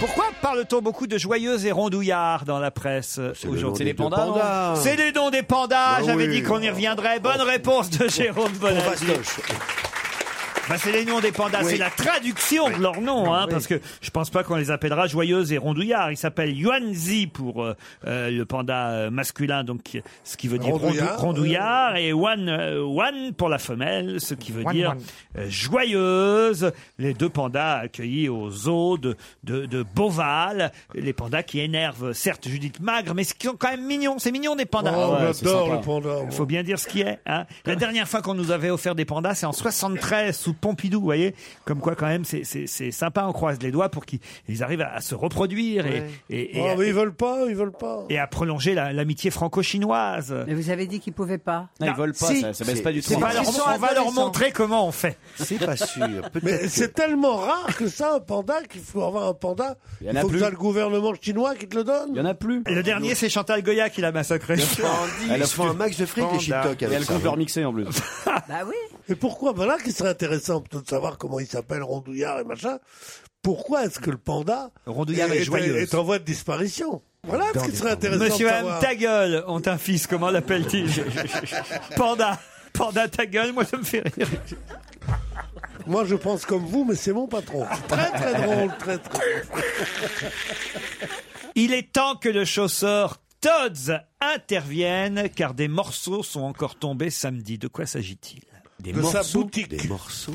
Pourquoi parle-t-on beaucoup de joyeuses et rondouillards dans la presse euh,
C'est
aujourd'hui
les pandas, non
C'est les dons des pandas.
Bah
J'avais
oui.
dit qu'on y reviendrait. Bonne réponse de Jérôme Bonnet.
Pastoche.
Bah, c'est les noms des pandas, c'est la traduction de leur nom, hein, parce que je pense pas qu'on les appellera joyeuse et rondouillard. Ils s'appellent Yuanzi pour euh, euh, le panda euh, masculin, donc qui- ce qui veut dire rondou-
Rondouillard,
rondouillard, et Wan euh, Wan pour la femelle, ce qui veut
Wan
dire
Wan.
euh, joyeuse. Les deux pandas accueillis au zoo de, de, de Beauval, les pandas qui énervent certes Judith Magre, mais ce qui sont quand même mignons. C'est mignon des pandas.
Oh, on adore le panda.
Il faut bien dire ce qui est. hein. La dernière fois qu'on nous avait offert des pandas, c'est en 73 sous Pompidou, vous voyez. Comme quoi, quand même, c'est- c'est c'est sympa. On croise les doigts pour qu'ils ils arrivent à, à se reproduire et, et, et-
Oh, mais ils veulent pas, ils veulent pas.
et à prolonger la- l'amitié franco-chinoise.
Mais vous avez dit qu'ils pouvaient pas.
Non, ils veulent
pas, ça- ça baisse
pas du tout. Ils sont adolescents. comment on fait.
C'est pas sûr.
Mais c'est tellement rare que ça, un panda, qu'il faut avoir un panda.
Il
Il,
y en a
faut
plus.
que ça le gouvernement chinois qui te le donne. Il
y en a plus. Le dernier, c'est Chantal Goya qui l'a massacré.
Elles font un max de fric, les shit talk,
Et
avec
elles
ça.
comptent leur mixer en plus.
Bah oui.
Et pourquoi Voilà qui serait intéressant plutôt de savoir comment il s'appelle, rondouillard et machin. Pourquoi est-ce que le panda
Rondouillard et
est,
joyeuse.
est en voie de disparition Voilà Ah, ce qui serait intéressant
Monsieur
de
et
savoir.
Madame ta gueule ont un fils, comment l'appelle-t-il Panda. Panda ta gueule, moi ça me fait rire.
Moi je pense comme vous, mais c'est mon patron.
Ah,
Très très drôle, très très
Il est temps que le chausseur Todds intervienne car des morceaux sont encore tombés samedi. De quoi s'agit-il Des
De sa boutique.
Des morceaux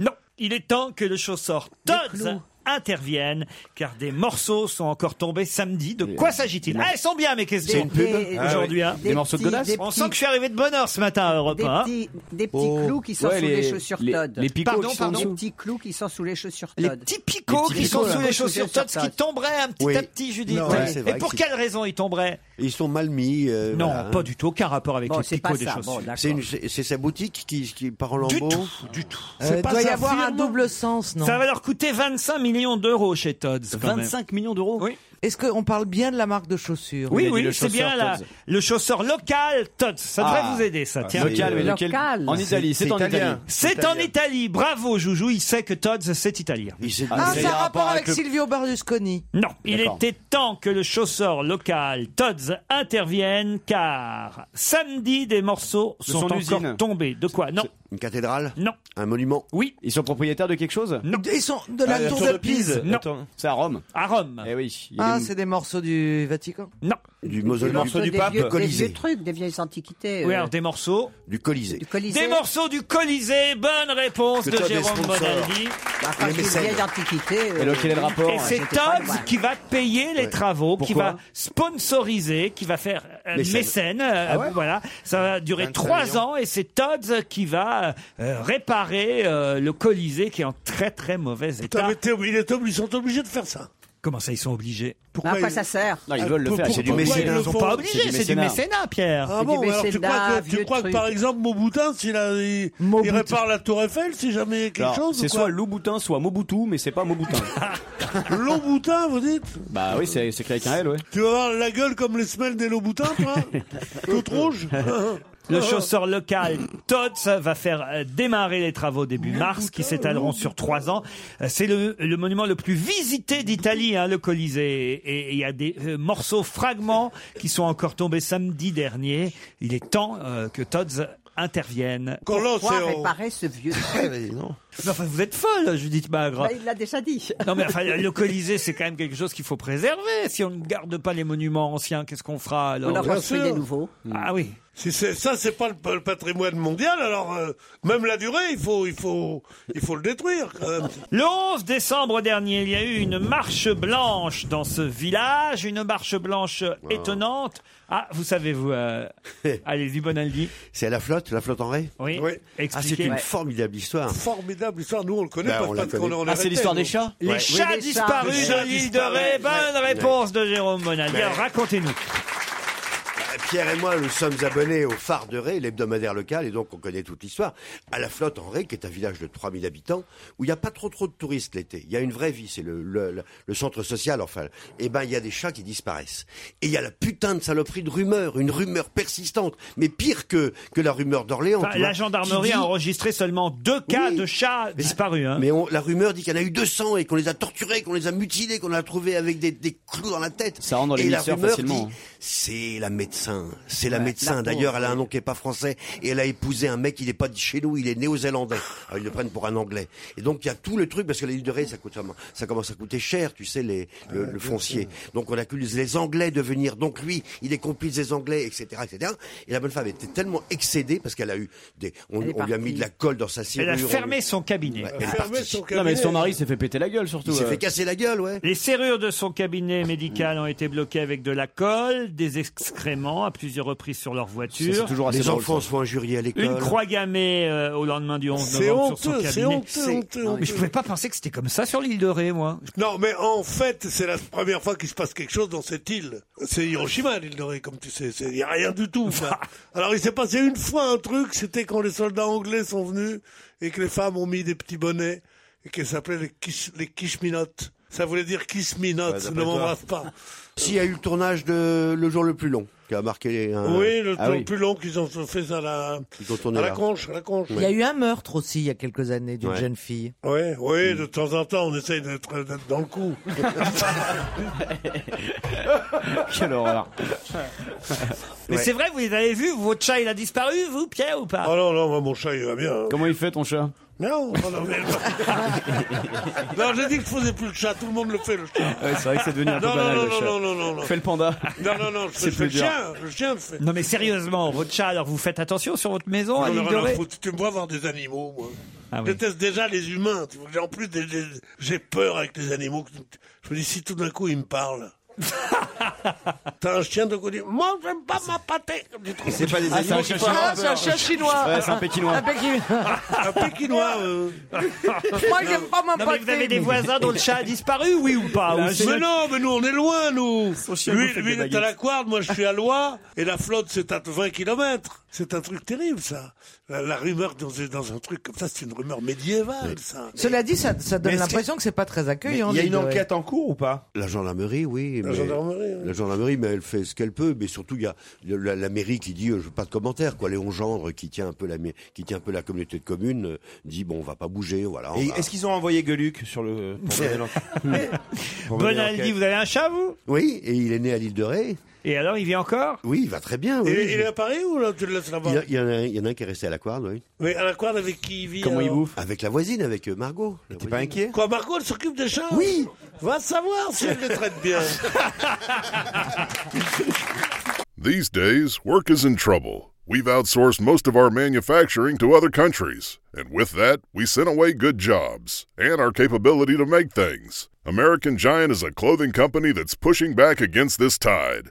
Non, il est temps que le chausseur Todds intervienne car des morceaux sont encore tombés samedi. De quoi s'agit-il Ah, elles sont bien mes questions.
C'est une pub Des-
aujourd'hui.
Ah
hein.
oui. Des morceaux de petits- godasses des
On
petits-
sent que je suis arrivé de bonne heure ce matin à Europe
Des
1, hein.
petits, des petits clous qui sont
Oh. Ouais,
sous Oh. les,
les-
chaussures
les-
Todd.
les picots Pardon, qui sont pardon. sous.
Les petits clous qui sont sous les chaussures
Les
Todd.
petits picots qui sont sous les chaussures Todd, ce qui tomberaient un petit
Oui.
à petit, Judith.
Non, ouais, c'est
Et
vrai
pour
que
quelle raison ils tomberaient
Ils sont mal mis. euh, hein.
Non, pas du tout, aucun rapport avec Bon, les c'est picots pas des ça, chaussures. bon, d'accord.
c'est, une- c'est- c'est sa boutique qui, qui part en
Du
lambeaux
tout, du tout.
Euh, C'est pas doit y sa avoir un firme
double sens, non
Ça va leur coûter 25 millions d'euros chez Todds. quand même.
25
millions d'euros
Oui.
Est-ce qu'on parle bien de la marque de chaussures
Oui, oui, c'est bien la- le chausseur local Todds. Ça
Ah.
devrait vous aider, ça.
Ah,
Tiens.
local, mais lequel- Local. en Italie, c'est en Italie.
C'est en Italie. Bravo, Joujou. Il sait que Todds, c'est italien.
Ah, ça a rapport avec Silvio Berlusconi.
Non, il était temps que le chausseur local Todds intervienne car samedi des morceaux
De
sont
son
encore
usine.
tombés. De quoi Non.
Une cathédrale
Non.
Un monument
Oui.
Ils sont propriétaires de quelque chose Ah,
Non.
Ils sont de la tour de Pise.
La tour- C'est à Rome.
À Rome.
Eh oui. il y a
Ah,
des-
c'est des morceaux du Vatican
Non.
Du
Des
mausolée.
morceaux
du
des
pape.
vieux- Des
Colisée.
vieux trucs, des vieilles antiquités.
Oui,
euh,
alors des morceaux.
Du Colisée.
Des morceaux du Colisée. Bonne réponse
Que
de
Todd est
Jérôme
sponsor.
Bonaldi.
Bah, quand je dis vieilles antiquités. euh,
Et c'est
j'étais pas loin.
Todd qui va payer les travaux, qui
Pourquoi
va sponsoriser, qui va faire euh,
Mécène.
mécène. euh,
Ah ouais
voilà, ça va durer
25
trois
millions.
ans et c'est Todd qui va euh, réparer euh, le Colisée qui est en très très mauvais
Putain,
état.
mais t'es obligé- ils étaient obligés- ils sont obligés de faire ça.
Comment ça, ils sont obligés
Pourquoi
à quoi
ils-
ça sert
Non, ils veulent le
Pour-
faire,
pour-
c'est du
pourquoi
mécénat.
ils le
Ils sont
font
pas obligés, c'est du mécénat, Pierre.
Ah
C'est
bon,
du
alors tu
mécénat,
crois que, tu
vieux
crois que
truc.
par exemple Mouboutin, s'il a, il, il répare la tour Eiffel, si jamais quelque
Alors,
chose
C'est
ou
soit
quoi
Louboutin, soit Moboutou, mais c'est pas Moboutin.
Louboutin, vous dites
bah oui, c'est c'est créé avec un L, ouais.
Tu vas avoir la gueule comme les semelles des Louboutins, toi Toute rouge
Le chausseur local Tots va faire euh, démarrer les travaux début mars, qui s'étaleront sur trois ans. Euh, C'est le, le monument le plus visité d'Italie, hein, le Colisée. Et et il y a des euh, morceaux, fragments qui sont encore tombés samedi dernier. Il est temps euh, que Tots intervienne.
Pourquoi réparer ce vieux truc
Non, enfin, vous êtes folle, Judith Magre.
Bah, Il l'a déjà dit.
Non mais enfin le Colisée c'est quand même quelque chose qu'il faut préserver. Si on ne garde pas les monuments anciens, qu'est-ce qu'on fera alors
On en construit des
nouveaux.
Ah oui.
Si c'est- ça, c'est pas le, pa- le patrimoine mondial, alors euh, même la durée, il faut, il faut, il faut le détruire. quand même.
Le 11 décembre dernier, il y a eu une marche blanche dans ce village, une marche blanche étonnante. Ah, vous savez, vous, euh, allez-y, Bonaldi.
C'est à la flotte, la flotte en raie
Oui.
Ah, c'est
Expliquez.
une
Ouais.
formidable
Ah.
histoire.
Formidable histoire, nous on le connaît
Ben,
Bah,
parce
on la
parce qu'on
connaît.
est- on est
Ah, c'est
resté,
l'histoire
nous.
des chats
Les chats disparus
Les chats
de l'île de
disparus.
Ré. Bonne
Ouais.
réponse de Jérôme Bonaldi.
Ouais.
Alors, racontez-nous.
Eh, Pierre et moi, nous sommes abonnés au Phare de Ré, l'hebdomadaire local, et donc on connaît toute l'histoire, à la flotte en Ré, qui est un village de 3000 habitants, où il n'y a pas trop trop de touristes l'été. Il y a une vraie vie, c'est le, le- le- le centre social, enfin. Eh ben, il y a des chats qui disparaissent. Et il y a la putain de saloperie de rumeur, une rumeur persistante, mais pire que, que la rumeur d'Orléans.
Enfin,
tu vois,
la gendarmerie
qui dit-
a enregistré seulement deux cas de chats disparus. hein.
mais on- la rumeur dit qu'il y en a eu 200 et qu'on les a torturés, qu'on les a mutilés, qu'on les a trouvés avec des, des clous dans la tête.
Ça rentre dans
et
les
la
mixeurs
rumeur
facilement,
dit,
hein.
c'est la médecin médecin. C'est la
Ouais,
médecin.
la
D'ailleurs,
pauvre,
elle a un
oui.
nom qui est pas français et elle a épousé un mec, il n'est pas de chez nous, il est néo-zélandais. Alors, Ah, ils le prennent pour un anglais. Et donc, il y a tout le truc, parce que la l'île de Ré, ça, coûte, vraiment- ça commence à coûter cher, tu sais, les, le, le foncier. Donc, on accuse les anglais de venir. Donc, lui, il est complice des anglais, etc., etc. Et la bonne femme était tellement excédée parce qu'elle a eu des, on,
Elle est
on lui a mis
partie.
de la colle dans sa
Elle
serrure.
a
on lui-
fermé son cabinet.
Ouais, elle est partie.
Non, mais son mari s'est fait péter la gueule surtout.
Il s'est
euh.
fait casser la gueule, ouais.
Les serrures de son cabinet médical ont été bloquées avec de la colle, des excréments à plusieurs reprises sur leur voiture.
Les enfants se font injurier à l'école.
Une croix gammée euh, au lendemain du 11
C'est
novembre sur son
honteux,
cabinet.
c'est honteux, honteux,
Non, mais je
honteux.
pouvais pas penser que c'était comme ça sur l'île de Ré, moi.
Non, mais en fait, c'est la première fois qu'il se passe quelque chose dans cette île. C'est Hiroshima, l'île de Ré, comme tu sais. Il n'y a rien du tout. quoi. Alors, il s'est passé une fois un truc, c'était quand les soldats anglais sont venus et que les femmes ont mis des petits bonnets et qu'elles s'appelaient les, kish, les kishminotes. Ça voulait dire
Ouais,
kishminotes,
d'après
ne
toi.
m'embrasse pas.
S'il y a eu le tournage de Le jour le plus long, qui a marqué un...
Oui, le
Ah
temps plus long qu'ils ont fait à la,
Ils ont tourné
à la
là.
conche, à la conche.
Oui.
Il y a eu un meurtre aussi il y a quelques années d'une
Ouais.
jeune fille.
Oui, oui,
Mm.
de temps en temps, on essaye d'être d'être dans le coup.
Quelle horreur.
Mais c'est vrai, vous les avez vus, votre chat il a disparu, vous, Pierre, ou pas
Oh non, non, moi, mon chat il va bien. hein.
Comment il fait ton chat
Non, non, non, mais... non, j'ai dit que je faisais plus le chat, tout le monde le fait le chat.
Ouais, c'est vrai que c'est devenu un peu
non, non,
banal,
non,
le
non,
chat.
non, non, non, non.
Fais le panda.
Non, non, non, je fais, je
C'est
fais
plus
le
dur.
chien, le chien le fait.
Non mais sérieusement, votre chat, alors vous faites attention sur votre maison à
J'en ai
l'île de
rien à
Ré
foutre. Tu me vois voir des animaux, moi.
Ah
Je
oui.
déteste déjà les humains. tu vois. J'ai- En plus, des- des- j'ai peur avec les animaux. Je me dis, si tout d'un coup, ils me parlent. T'as un chien de côté. Moi, j'aime pas ma pâtée.
C'est pas des Ah, c'est animaux un qui chien font chinois. avoir
Ah, c'est un chien chinois.
Ouais, c'est un pékinois.
Un pékinois.
Un pékinois. euh.
Moi, j'aime pas ma
Non mais vous
pâtée.
avez des voisins dont le chat a disparu, oui ou pas Ou c'est-
Mais non, mais nous on est loin, nous.
chien
Lui,
bouffe avec
lui,
des
il est à la
baguettes.
Couarde, moi je suis à Loire, et la flotte c'est à 20 km. C'est un truc terrible, ça. La, la rumeur dans, dans un truc comme ça, c'est une rumeur médiévale, ça.
Cela dit, ça, ça donne
Mais est-ce que-
l'impression que c'est pas très accueillant.
Mais il y a
l'île
une
de Ré.
enquête
en cours ou pas
La gendarmerie, oui.
La
mais-
gendarmerie,
La gendarmerie, mais elle fait ce qu'elle peut. Mais surtout, il y a le- la, la mairie qui dit, euh, je veux pas de commentaires, quoi. Léon Gendre, qui tient un peu la, mai- qui tient un peu la communauté de communes, euh, dit, bon, on va pas bouger, voilà. on
Et
va-
est-ce qu'ils ont envoyé Gueluc sur le. Pour mener l'enquête Pour mener
Bonaldi,
l'enquête.
vous avez un chat, vous
Oui, et il est né à l'île de Ré.
Et alors, il vit encore
Oui, il va très bien, oui.
Et il est à Paris ou là, tu le laisses là-bas
Il y a- il y, en a, il y en a un qui est resté à la Couarde, oui.
Mais à la Couarde avec qui il vit alors
Avec la voisine, avec euh, Margot. T'es
pas inquiet
Quoi, Margot, elle s'occupe des chats
Oui
Va savoir si elle les traite bien.
These days, work is in trouble. We've outsourced most of our manufacturing to other countries, and with that, we sent away good jobs and our capability to make things. American Giant is a clothing company that's pushing back against this tide.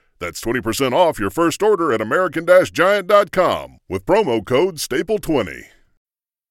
That's 20% off your first order at American-Giant.com with promo code STAPLE20.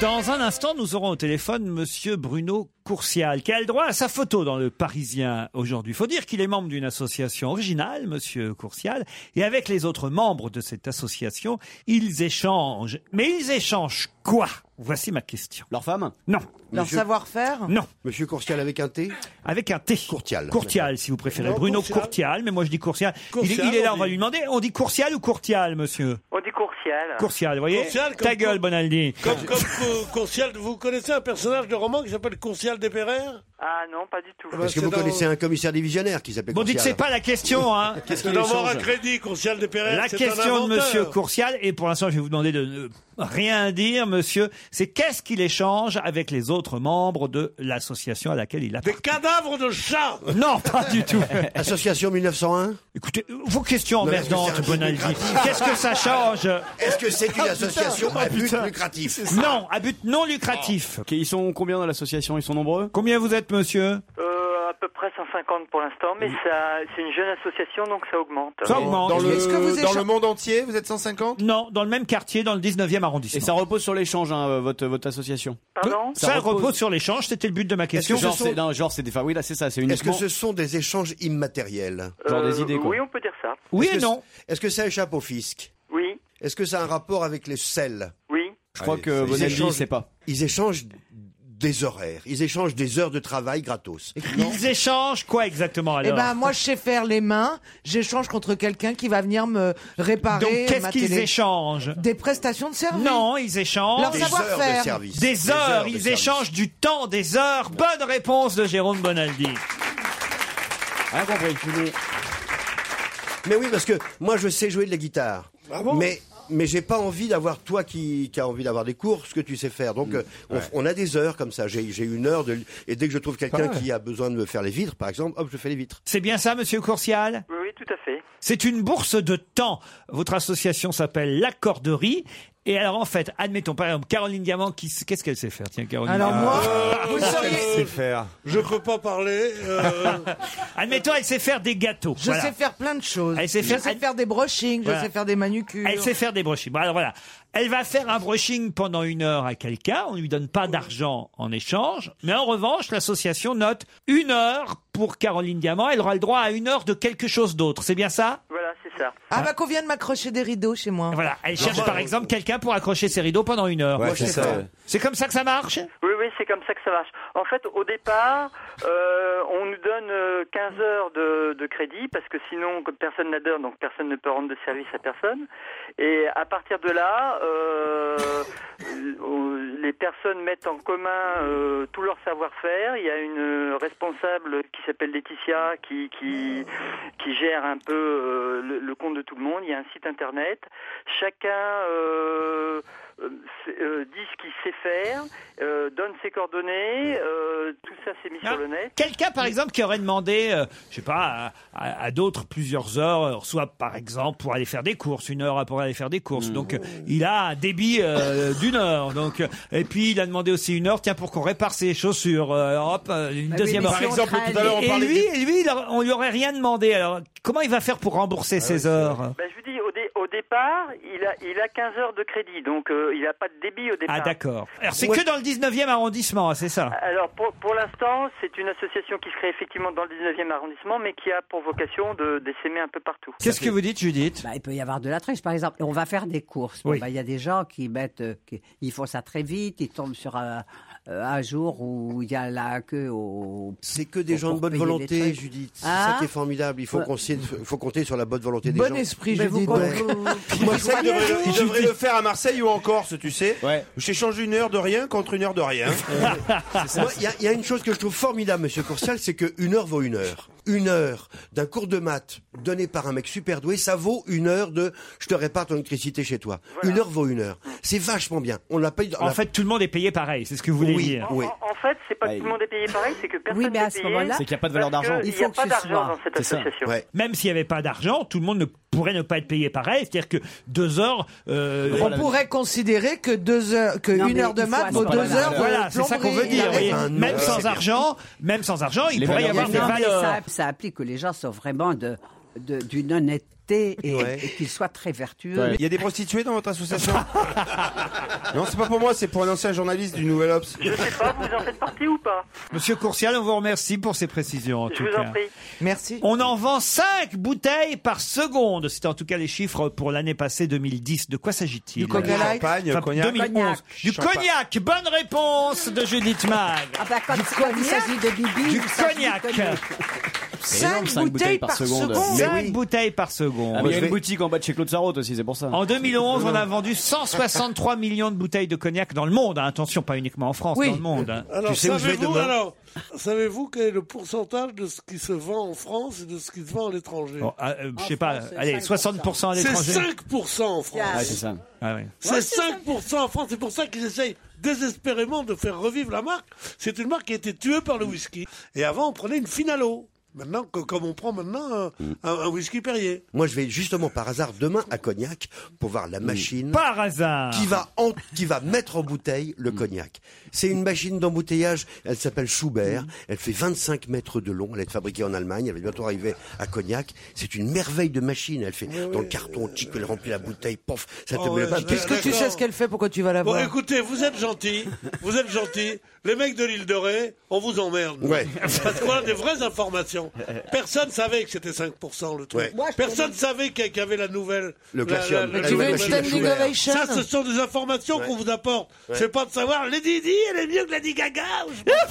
Dans un instant, nous aurons au téléphone Monsieur Bruno Courcial, qui a le droit à sa photo dans le Parisien aujourd'hui. Faut dire qu'il est membre d'une association originale, Monsieur Courcial, et avec les autres membres de cette association, ils échangent. Mais ils échangent quoi Voici ma question.
Leur femme
Non.
Leur savoir-faire
Non.
Monsieur Courcial avec un T
Avec un T.
Courtial.
Courtial, si vous préférez.
Non,
Bruno
Courcial.
Courtial, mais moi je dis Courcial. Il-
Courcial,
il, est là,
on
on va lui demander. On dit Courcial ou Courtial, monsieur
On dit courcial.
Courcial, vous voyez
Courcial, comme-
Ta gueule, Bonaldi.
Comme, comme Co- Courcial, vous connaissez un personnage de roman qui s'appelle Courcial des Perrères
Ah non, pas du tout.
Eh
Eh ben,
ben, Parce que vous connaissez un commissaire divisionnaire qui s'appelle
Bon, dites,
Courcial.
c'est pas la question, hein. Qu'est-ce qu'il
C'est d'avoir
échange
un crédit, Courcial de Pérez.
La
c'est un
question de
inventeur.
Monsieur Courcial, et pour l'instant, je vais vous demander de ne rien dire, Monsieur, c'est qu'est-ce qu'il échange avec les autres membres de l'association à laquelle il appartient
Cadavre de chat
Non, pas du tout.
Association 1901
Écoutez, vos questions
Non, est-ce que
emmerdantes,
c'est un but
Bonaldi.
lucratif
Qu'est-ce que ça change
Est-ce que c'est une
Ah, putain,
association
ah,
à but
putain.
lucratif
Non, à but non lucratif.
ils sont combien dans l'association Ils sont nombreux
Combien vous êtes, monsieur
Euh, à peu près 150 pour l'instant, mais ça, c'est une jeune association, donc ça augmente.
Dans le,
Est-ce que vous
dans
écha-
le monde entier, vous êtes
Oh.
150
Non, dans le même quartier, dans le 19e arrondissement.
Et ça repose sur l'échange, hein, euh, votre, votre association
Pardon
Ça, repose... sur l'échange, c'était le but de ma question.
Genre, c'est non, genre, c'est des fa- oui, là, c'est ça, c'est
Est-ce que
uniquement.
ce sont des échanges immatériels
Genre des Euh, idées, quoi. oui,
on peut dire ça.
Oui
Est-ce
et
que-
non.
Est-ce que ça échappe au fisc
Oui.
Est-ce que ça a un rapport avec les selles
Oui.
Je crois que Bonaldi, il sait pas.
Ils échangent des horaires, ils échangent des heures de travail gratos.
Ils échangent quoi exactement
Eh ben moi je sais faire les mains, j'échange contre quelqu'un qui va venir me réparer
Donc, qu'est-ce
ma
qu'ils
télé.
échangent
Des prestations de service.
Non, ils échangent
Leur savoir-faire.
Des heures, ils échangent du temps, des heures. Bonne réponse de Jérôme Bonaldi.
Rien compris.
Mais oui, parce que moi je sais jouer de la guitare. mais mais j'ai pas envie d'avoir toi qui, qui a envie d'avoir des cours, ce que tu sais faire. Donc euh, on,
Ouais.
on a des heures comme ça. J'ai j'ai une heure de et dès que je trouve quelqu'un qui a besoin de me faire les vitres, par exemple, hop, je fais les vitres.
C'est bien ça, monsieur Courcial
Oui, oui, tout à fait.
C'est une bourse de temps. Votre association s'appelle l'Accorderie. Et alors, en fait, admettons, par exemple, Caroline Diamant, qui s- qu'est-ce qu'elle sait faire Tiens, Caroline. Euh,
Alors moi,
Ah,
vous seriez-
C'est faire.
Euh, Je peux pas parler. euh,
Admettons, elle sait faire des gâteaux.
Je sais faire plein de choses.
Elle sait
je
faire-
sais
elle-
faire des brushings,
Voilà.
je sais faire des manucures.
Elle sait faire des brushings. Bon, alors voilà. Elle va faire un brushing pendant une heure à quelqu'un. On lui donne pas d'argent en échange. Mais en revanche, l'association note une heure pour Caroline Diamant. Elle aura le droit à une heure de quelque chose d'autre. C'est bien ça?
Voilà, c'est ça.
Ah bah qu'on vient de m'accrocher des rideaux chez moi.
Voilà. Elle cherche par exemple quelqu'un pour accrocher ses rideaux pendant une heure.
Ouais, Moi, je c'est sais ça, faire. ouais.
C'est comme ça que ça marche
Oui, oui, c'est comme ça que ça marche. En fait, au départ, euh, on nous donne euh, 15 heures de, de crédit parce que sinon, comme personne n'a d'heure, donc personne ne peut rendre de service à personne. Et à partir de là, euh, euh, les personnes mettent en commun euh, tout leur savoir-faire. Il y a une responsable qui s'appelle Laetitia qui, qui, qui gère un peu euh, le, le compte de tout le monde. Il y a un site internet. Chacun euh, euh, c'est- euh, dit ce qu'il sait faire, euh, donne ses coordonnées, euh, tout ça s'est mis sur le net.
Quelqu'un, par exemple, qui aurait demandé, euh, je sais pas, à, à- à d'autres plusieurs heures, euh, soit par exemple pour aller faire des courses, une heure pour aller faire des courses. Donc, euh, il a un débit euh, d'une heure. Donc, euh, et puis il a demandé aussi une heure, tiens, pour qu'on répare ses chaussures. Euh, hop, euh,
Ah
une
oui,
deuxième
mais
heure.
si Par on exemple, traîne- tout à l'heure, on
Et
parlait
lui, et lui, il a- on lui aurait rien demandé. Alors, comment il va faire pour rembourser
Ah
ses heures
Ben, je vous dis, au, dé- au départ, il a, il a 15 heures de crédit, donc euh, il n'a pas de débit au départ.
Ah, d'accord. Alors, c'est
Ouais.
que dans le 19e arrondissement, hein, c'est ça
Euh,
Alors pour, pour l'instant, c'est une association qui se crée effectivement dans le 19e arrondissement, mais qui a pour vocation de d'essaimer un peu partout.
Qu'est-ce que vous dites, Judith
Bah, il peut y avoir de la triche, par exemple. Et on va faire des courses. Bon, bah, Il
Oui.
y a des gens qui mettent, euh, qui- ils font ça très vite, ils tombent sur un, euh, un jour où il y a la queue au.
C'est que des gens de bonne volonté, Judith. C'est
Hein
ça qui est formidable. Il faut,
Ouais.
qu'on signe- faut compter sur la bonne volonté des
Bon
gens.
esprit,
Mais
Judith.
vous-
Ouais.
Moi, je sais qu'il devrait, le- il devrait le faire à Marseille ou en Corse, tu sais. J'échange une heure de rien contre une heure de rien.
Moi, Il y, a- il y a une chose que je trouve formidable, Monsieur Courcial, c'est que une heure vaut une heure. Une heure d'un cours de maths donné par un mec super doué, ça vaut une heure de je te répare ton électricité chez toi. Une heure vaut une heure. C'est vachement bien. On l'a pas eu.
En fait, tout le monde est payé pareil, c'est ce que vous voulez
Oui,
dire.
oui.
En fait, c'est pas que tout le monde est payé pareil, c'est que personne
mais à
n'est
ce
payé.
moment-là- C'est
Ah, qu'il y a pas de valeur
parce que
d'argent.
Il
Il
n'y a
faut
pas
que ce
d'argent
soit-
dans cette
c'est ça.
association.
Même s'il n'y avait pas d'argent, tout le monde ne pourrait ne pas être payé pareil. C'est-à-dire que deux heures. euh,
On pourrait considérer que deux heures, que
Non,
une
mais
heure de
il faut
maths vaut
avoir
deux
la
heures. de
Voilà, c'est ça qu'on
plomberie.
veut
Il
dire.
a
vous voyez.
raison.
même sans argent, même sans argent, il pourrait y avoir des
Non, mais
valeurs.
Ça, ça applique que les gens sont vraiment de, de- d'une honnêteté et, et qu'ils soient très vertueux.
Il y a des prostituées dans votre association Non, c'est pas pour moi, c'est pour un ancien journaliste du Nouvel Obs.
Je sais pas, vous en faites partie ou pas
Monsieur Courcial, on vous remercie pour ces précisions. En
Je
tout
vous
cas.
en prie.
Merci.
On en vend 5 bouteilles par seconde. C'était en tout cas les chiffres pour l'année passée 2010. De quoi s'agit-il
Du Coca Light Champagne, cognac.
2011. Du
Champagne.
cognac. Bonne réponse de Judith Mag.
Ah bah, quand, quand il s'agit de Bibi,
Du
il s'agit de
cognac. C'est
Cinq
énorme, cinq
bouteilles, par seconde.
Cinq bouteilles par seconde.
Ah, mais il y a une boutique en bas de chez Claude Sarraute aussi, c'est pour ça.
En 2011, on a vendu 163 millions de bouteilles de cognac dans le monde. hein. Attention, pas uniquement en France, dans le monde. hein.
Alors, savez-vous, alors, savez-vous quel est le pourcentage de ce qui se vend en France et de ce qui se vend à l'étranger
Bon, ah, euh, je sais pas, allez, 60% à l'étranger.
C'est 5% en France.
Ouais, c'est ça. Ah ouais.
C'est 5% en France. C'est pour ça qu'ils essayent désespérément de faire revivre la marque. C'est une marque qui a été tuée par le whisky. Et avant, on prenait une Finalo. Maintenant, co- comme on prend maintenant un,
Mm.
un- un whisky Perrier.
Moi, je vais justement par hasard demain à Cognac pour voir la machine.
Par hasard
Qui va, en- qui va mettre en bouteille le cognac. C'est une machine d'embouteillage, elle s'appelle Schubert, elle fait 25 mètres de long, elle est fabriquée en Allemagne, elle va bientôt arriver à Cognac. C'est une merveille de machine, elle fait dans le carton, tic, elle remplit la bouteille, pof, ça te
Oh,
met
ouais,
pas.
je- Puisque tu sais ce
qu'elle fait, pourquoi tu vas la
Bon, écoutez, vous êtes gentils, vous êtes gentils. Les mecs de l'île de Ré, on vous emmerde.
Ouais.
Parce qu'on a des vraies informations. Personne savait que c'était 5% le truc.
Ouais. Moi, je
Personne
connais-
savait qu'il y qu'il y avait la nouvelle. la- la-
Le Glacium.
la-
Tu veux
la-
une
la-
standing
la-
ovation
Ça, ce sont des informations qu'on vous apporte.
Ouais.
C'est pas de savoir, Lady Di, elle est mieux que Lady Gaga. ou je sais pas.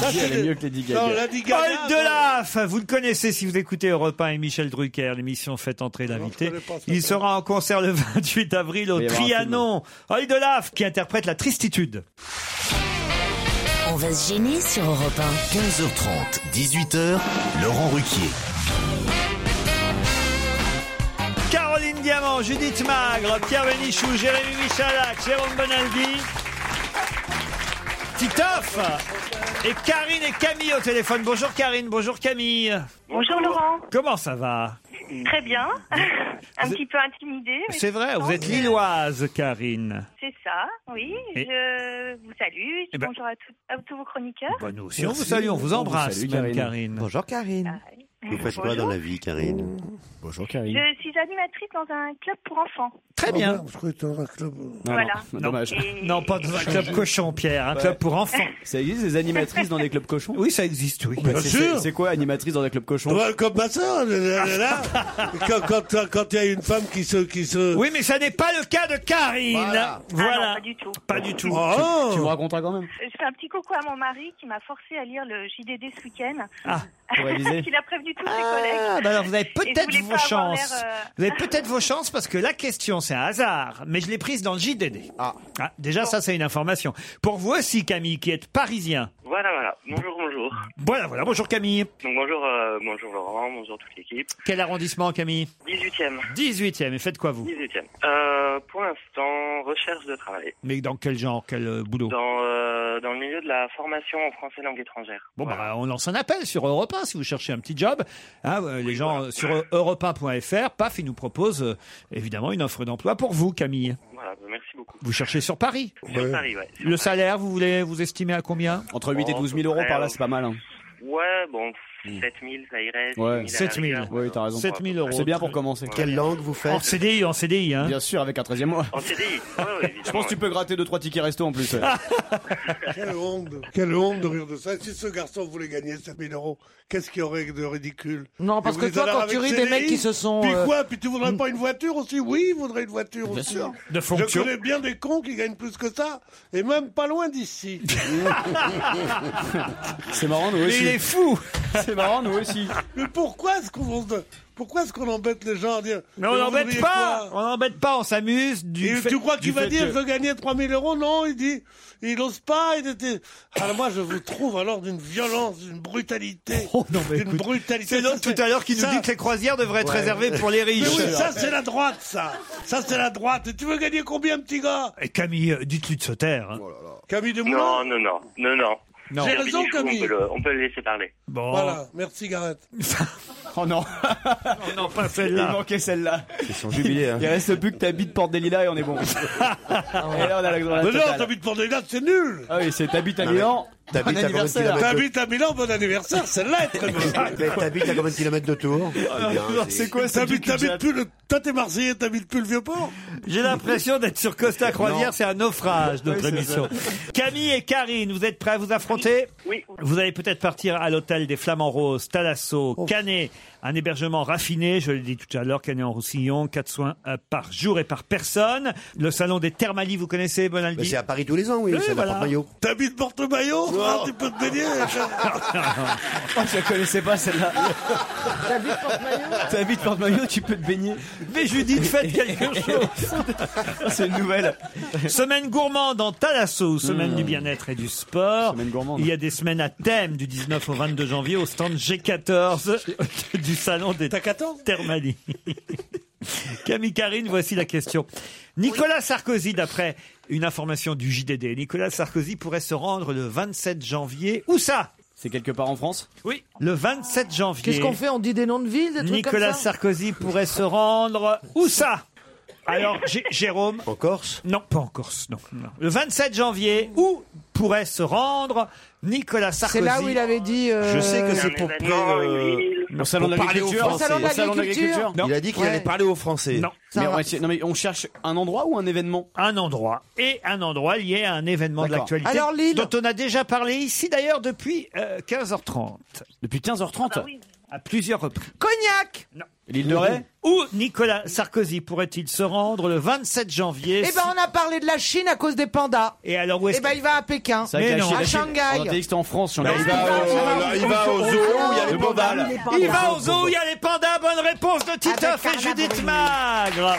Ça, c'est des- Non, Lady Gaga.
Paul Delaf, vous le connaissez si vous écoutez Europe 1 et Michel Drucker, l'émission Faites entrer l'invité. Il sera en concert le 28 avril au
Il va y avoir un
Trianon. Paul Delaf qui interprète la tristitude.
On va se gêner sur Europe 1.
15h30, 18h, Laurent Ruquier.
Caroline Diamant, Judith Magre, Pierre Benichou, Jérémy Michalak, Jérôme Bonaldi, Titoff et Karine et Camille au téléphone. Bonjour Karine, bonjour Camille.
Bonjour Laurent.
Comment ça va
Très bien. Un petit peu intimidée. mais
C'est vrai, vous
contente.
êtes lilloise Karine.
C'est ça, oui.
Et-
Je vous salue. Je dis
Eh ben-
bonjour à, tout- à tous vos chroniqueurs.
Bah, nous aussi, on vous salue, on vous embrasse, même,
salue,
Oh,
Karine.
Karine. Bonjour
Karine.
Vous faites quoi dans la vie, Karine
Bonjour, Karine.
Je suis animatrice dans un club pour enfants.
Très bien.
Voilà.
non, dommage.
Non, pas dans un club cochon, Pierre, un club pour enfants.
Ça existe des animatrices dans des clubs cochons
Oui, ça existe, oui.
Bien
c'est,
sûr.
c'est- c'est quoi animatrice dans des clubs cochons
Ouais, Comme ma soeur, là, quand quand- quand il y a une femme qui se, qui se,
Oui, mais ça n'est pas le cas de Karine.
Voilà.
Voilà.
Ah non, pas du tout.
Pas du tout.
Oh. Tu- tu me
raconteras quand même.
Je fais un petit coucou à mon mari qui m'a forcé à lire le JDD ce week-end.
Ah,
pour réviser.
Il a prévenu tous ses
Ah,
collègues.
bah alors vous avez
Et je
peut-être
voulais
vos
pas avoir
chances.
l'air, euh,
Vous avez peut-être vos chances parce que la question, c'est un hasard, mais je l'ai prise dans le JDD. Ah. déjà, ça, c'est une information. Pour vous aussi, Camille, qui êtes parisien.
Voilà, voilà. Bonjour, bonjour.
Voilà, voilà. Bonjour, Camille.
Donc bonjour, euh, bonjour Laurent, bonjour toute l'équipe.
Quel arrondissement, Camille
18e.
18e. Et faites quoi, vous
18e. Euh, pour l'instant, recherche de travail.
Mais dans quel genre, quel euh, boulot
Dans, euh, dans le milieu de la formation en français langue étrangère.
Bon, bah, on lance un appel sur Europe 1 si vous cherchez un petit job. Hein, euh, les gens euh, sur europe 1.fr, paf, ils nous proposent euh, évidemment une offre d'emploi pour vous, Camille.
Voilà, bah, merci beaucoup.
Vous cherchez sur Paris
Sur Paris, ouais.
Le salaire, vous voulez vous estimer à combien
Entre 8 et 12 000 euros par là, c'est pas mal. Hein.
Ouais, bon, 7000, ça irait.
7
7000 à
000.
la rigueur.
Oui, t'as raison.
7 000 euros.
C'est bien pour commencer.
Quelle langue vous faites
En CDI, en CDI, hein
Bien sûr, avec un 13e mois.
En CDI.
Je pense que tu peux gratter 2-3 tickets resto en plus.
Quelle honte, quelle honte de rire de ça. Si ce garçon voulait gagner 5000 euros, qu'est-ce qu'il y aurait de ridicule
Non, parce
Et vous
que
les
toi,
allez
quand
avec
tu ris des
CDI,
mecs qui se sont,
Puis
euh,
quoi Puis tu voudrais pas une voiture aussi Oui, il voudrait une voiture aussi.
sûr. De fonction.
Je connais bien des cons qui gagnent plus que ça, et même pas loin d'ici.
C'est marrant, nous
Mais
aussi.
il est
fou
C'est marrant, nous aussi.
Mais pourquoi est-ce qu'on pourquoi est-ce qu'on embête les gens à dire
Mais on
vous
n'embête
voudriez
pas
quoi
On n'embête pas, on s'amuse du
Et
fait-
tu crois
du
qu'il va
fait
dire
que-
je veux gagner 3000 euros Non, il dit il n'ose pas. Il était... Alors moi je vous trouve alors d'une violence, d'une brutalité, d'une brutalité.
C'est l'autre
Ça,
tout à l'heure qui nous
ça-
dit que les croisières devraient être
Ouais.
réservées pour les riches.
Mais oui, ça c'est la droite, ça. Ça c'est la droite. Et tu veux gagner combien, petit gars
Et Camille, euh, dites-lui de se taire. hein.
Camille de
Non, non, non, non, non.
Non.
J'ai raison,
Benichou,
Camille.
On peut, le, on peut le laisser parler.
Bon.
Voilà, merci Gareth.
Oh non.
oh non, pas
Il
celle-là.
manquait celle-là.
Ils sont jubilés, hein.
Il reste plus que ta bite porte des lilas et on est bon. et là, on a la, on a la
Mais non,
totale.
t'habites pour des dates, c'est nul.
Ah oui, c'est t'habites à
Non, mais
Milan.
t'habites
bon
à
anniversaire.
Valentina
T'habites à Milan, bon anniversaire, celle-là est très bonne.
Mais T'habites à combien de kilomètres de tour
Ah,
Eh bien,
Ah, C'est quoi T'habites t'habites plus le. Toi t'es Marseillais, t'habites plus le vieux port
J'ai l'impression d'être sur Costa Croisière,
Non.
c'est un naufrage, notre
Oui, c'est
émission. Camille et Karine, vous êtes prêts à vous affronter
Oui. Oh.
Vous allez peut-être partir à l'hôtel des Flamands Roses, Talasso, Canet, Un hébergement raffiné, je l'ai dit tout à l'heure, Canet en Roussillon, quatre soins euh, par jour et par personne. Le salon des Thermalies, vous connaissez, Bonaldi
C'est à Paris tous les ans, oui, c'est la maillot.
T'habites Porte-Maillot
Ah, tu peux te baigner Oh,
je la connaissais pas celle-là. T'habites porte-maillot, tu peux te baigner.
Mais Judith, faites quelque chose.
C'est une nouvelle.
Semaine gourmande en Talasso, semaine
Hmm.
du bien-être et du sport. Il y a des semaines à thème du 19 au 22 janvier au stand G14 du salon des Thermalies. Camille Karine, voici la question. Nicolas Sarkozy, d'après une information du JDD, Nicolas Sarkozy pourrait se rendre le 27 janvier. Où ça
C'est quelque part en France
Oui. Le 27 janvier.
Qu'est-ce qu'on fait On dit des noms de villes, des trucs comme
Nicolas
ça
Sarkozy pourrait se rendre où ça Alors, Jé- Jérôme. En Corse Non, pas en Corse, non. non. Le 27 janvier, où pourrait se rendre Nicolas Sarkozy
C'est là où il avait dit. euh,
Je sais que c'est pour plaire, euh,
Au salon de
pour parler aux
l'agriculture.
Français.
Au salon de l'agriculture.
Il a dit qu'il allait parler aux Français.
Non.
Mais on, va essayer- non, mais on cherche un endroit ou un événement
Un endroit. Et un endroit lié à un événement de
D'accord.
l'actualité.
Alors, Lille.
Dont on a déjà parlé ici, d'ailleurs, depuis euh, 15h30.
Depuis 15h30
À plusieurs reprises.
Cognac
L'île de Ré
Où Nicolas Sarkozy pourrait-il se rendre le 27 janvier
Eh ben, on a parlé de la Chine à cause des pandas.
Et alors où est-ce
Eh ben, il va à Pékin.
C'est vrai que la Chine-
à
la Chine-
Shanghai.
On a dit que c'était en France.
Bah, il va au- là, il va au zoo où il y a les pandas. Il va au zoo où il y a les pandas. Bonne réponse de Titoff et Judith Magre.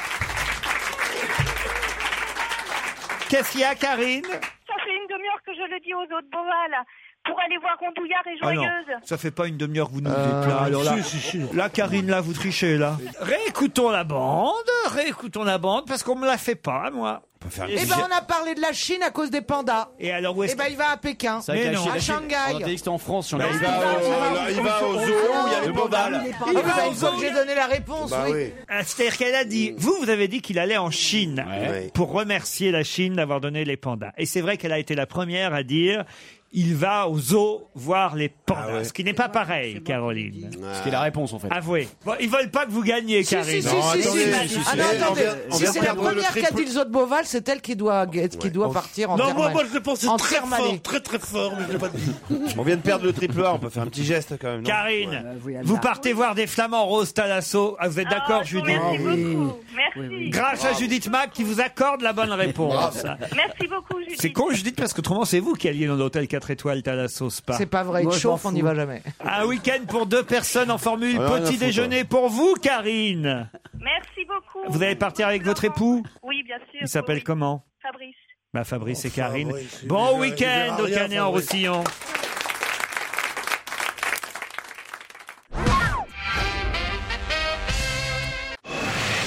Qu'est-ce qu'il y a, Karine
Ça fait une demi-heure que je le dis aux autres Boval pour aller voir Rondouillard et
Ah non,
Joyeuse.
ça fait pas une demi-heure que vous nous dites là. Alors là,
si, si, si.
là, Karine, là, vous trichez là. Réécoutons la bande, réécoutons la bande parce qu'on me la fait pas, moi.
Eh ben, on a parlé de la Chine à cause des pandas.
Et alors où est-ce
Eh ben, il va à Pékin.
C'est vrai que la Chine-
à
la Chine- On a dit
Shanghai.
que c'était en France.
Bah, il va au- là, il va au zoo où il y a les
pandas.
Il va au Mm. zoo. Ah, J'ai donné la réponse, Bah oui.
Ah, C'est-à-dire qu'elle a dit, vous, vous avez dit qu'il allait en Chine pour remercier la Chine d'avoir donné les pandas. Et c'est vrai qu'elle a été la première à dire, il va au zoo voir les pandas.
Ah
Ce qui n'est pas pareil, Caroline.
Ce qui est la réponse en fait.
Avouez. Bon, ils veulent pas que vous gagniez, Karine.
Si, si, si, si, si. Ah non, attendez. Si c'est la première qu'a dit le zoo de Beauval, c'est elle qui doit, qui doit partir en
Non, moi,
Thermal-
moi, je l'ai pensé
en
très
Thermalais.
fort, très très fort, mais je l'ai pas dit.
On vient de perdre le triple A, on peut faire un petit geste quand même. non
Karine,
oui, Anna.
vous partez voir des flamants roses Talasso. Ah, vous êtes d'accord, Judith
Oh, Merci.
Grâce à Judith Mac qui vous accorde la bonne réponse. Ah,
Merci beaucoup, Judith.
C'est con, Judith, parce que autrement, c'est vous qui alliez dans l'hôtel 4 étoiles Talasso Spa.
C'est pas vrai, il chauffe, on n'y va jamais.
Un week-end pour deux personnes en formule.
Ah, rien à
Petit
foutre,
déjeuner pour vous, Karine.
Merci beaucoup.
Vous allez partir avec votre époux
Oui, bien sûr.
Il s'appelle
Oui.
comment
Fabrice.
Bah, Fabrice et Karine.
Fabrice, il
bon
verra- il
week-end
verra
au
rien,
Canet en
Fabrice.
Roussillon.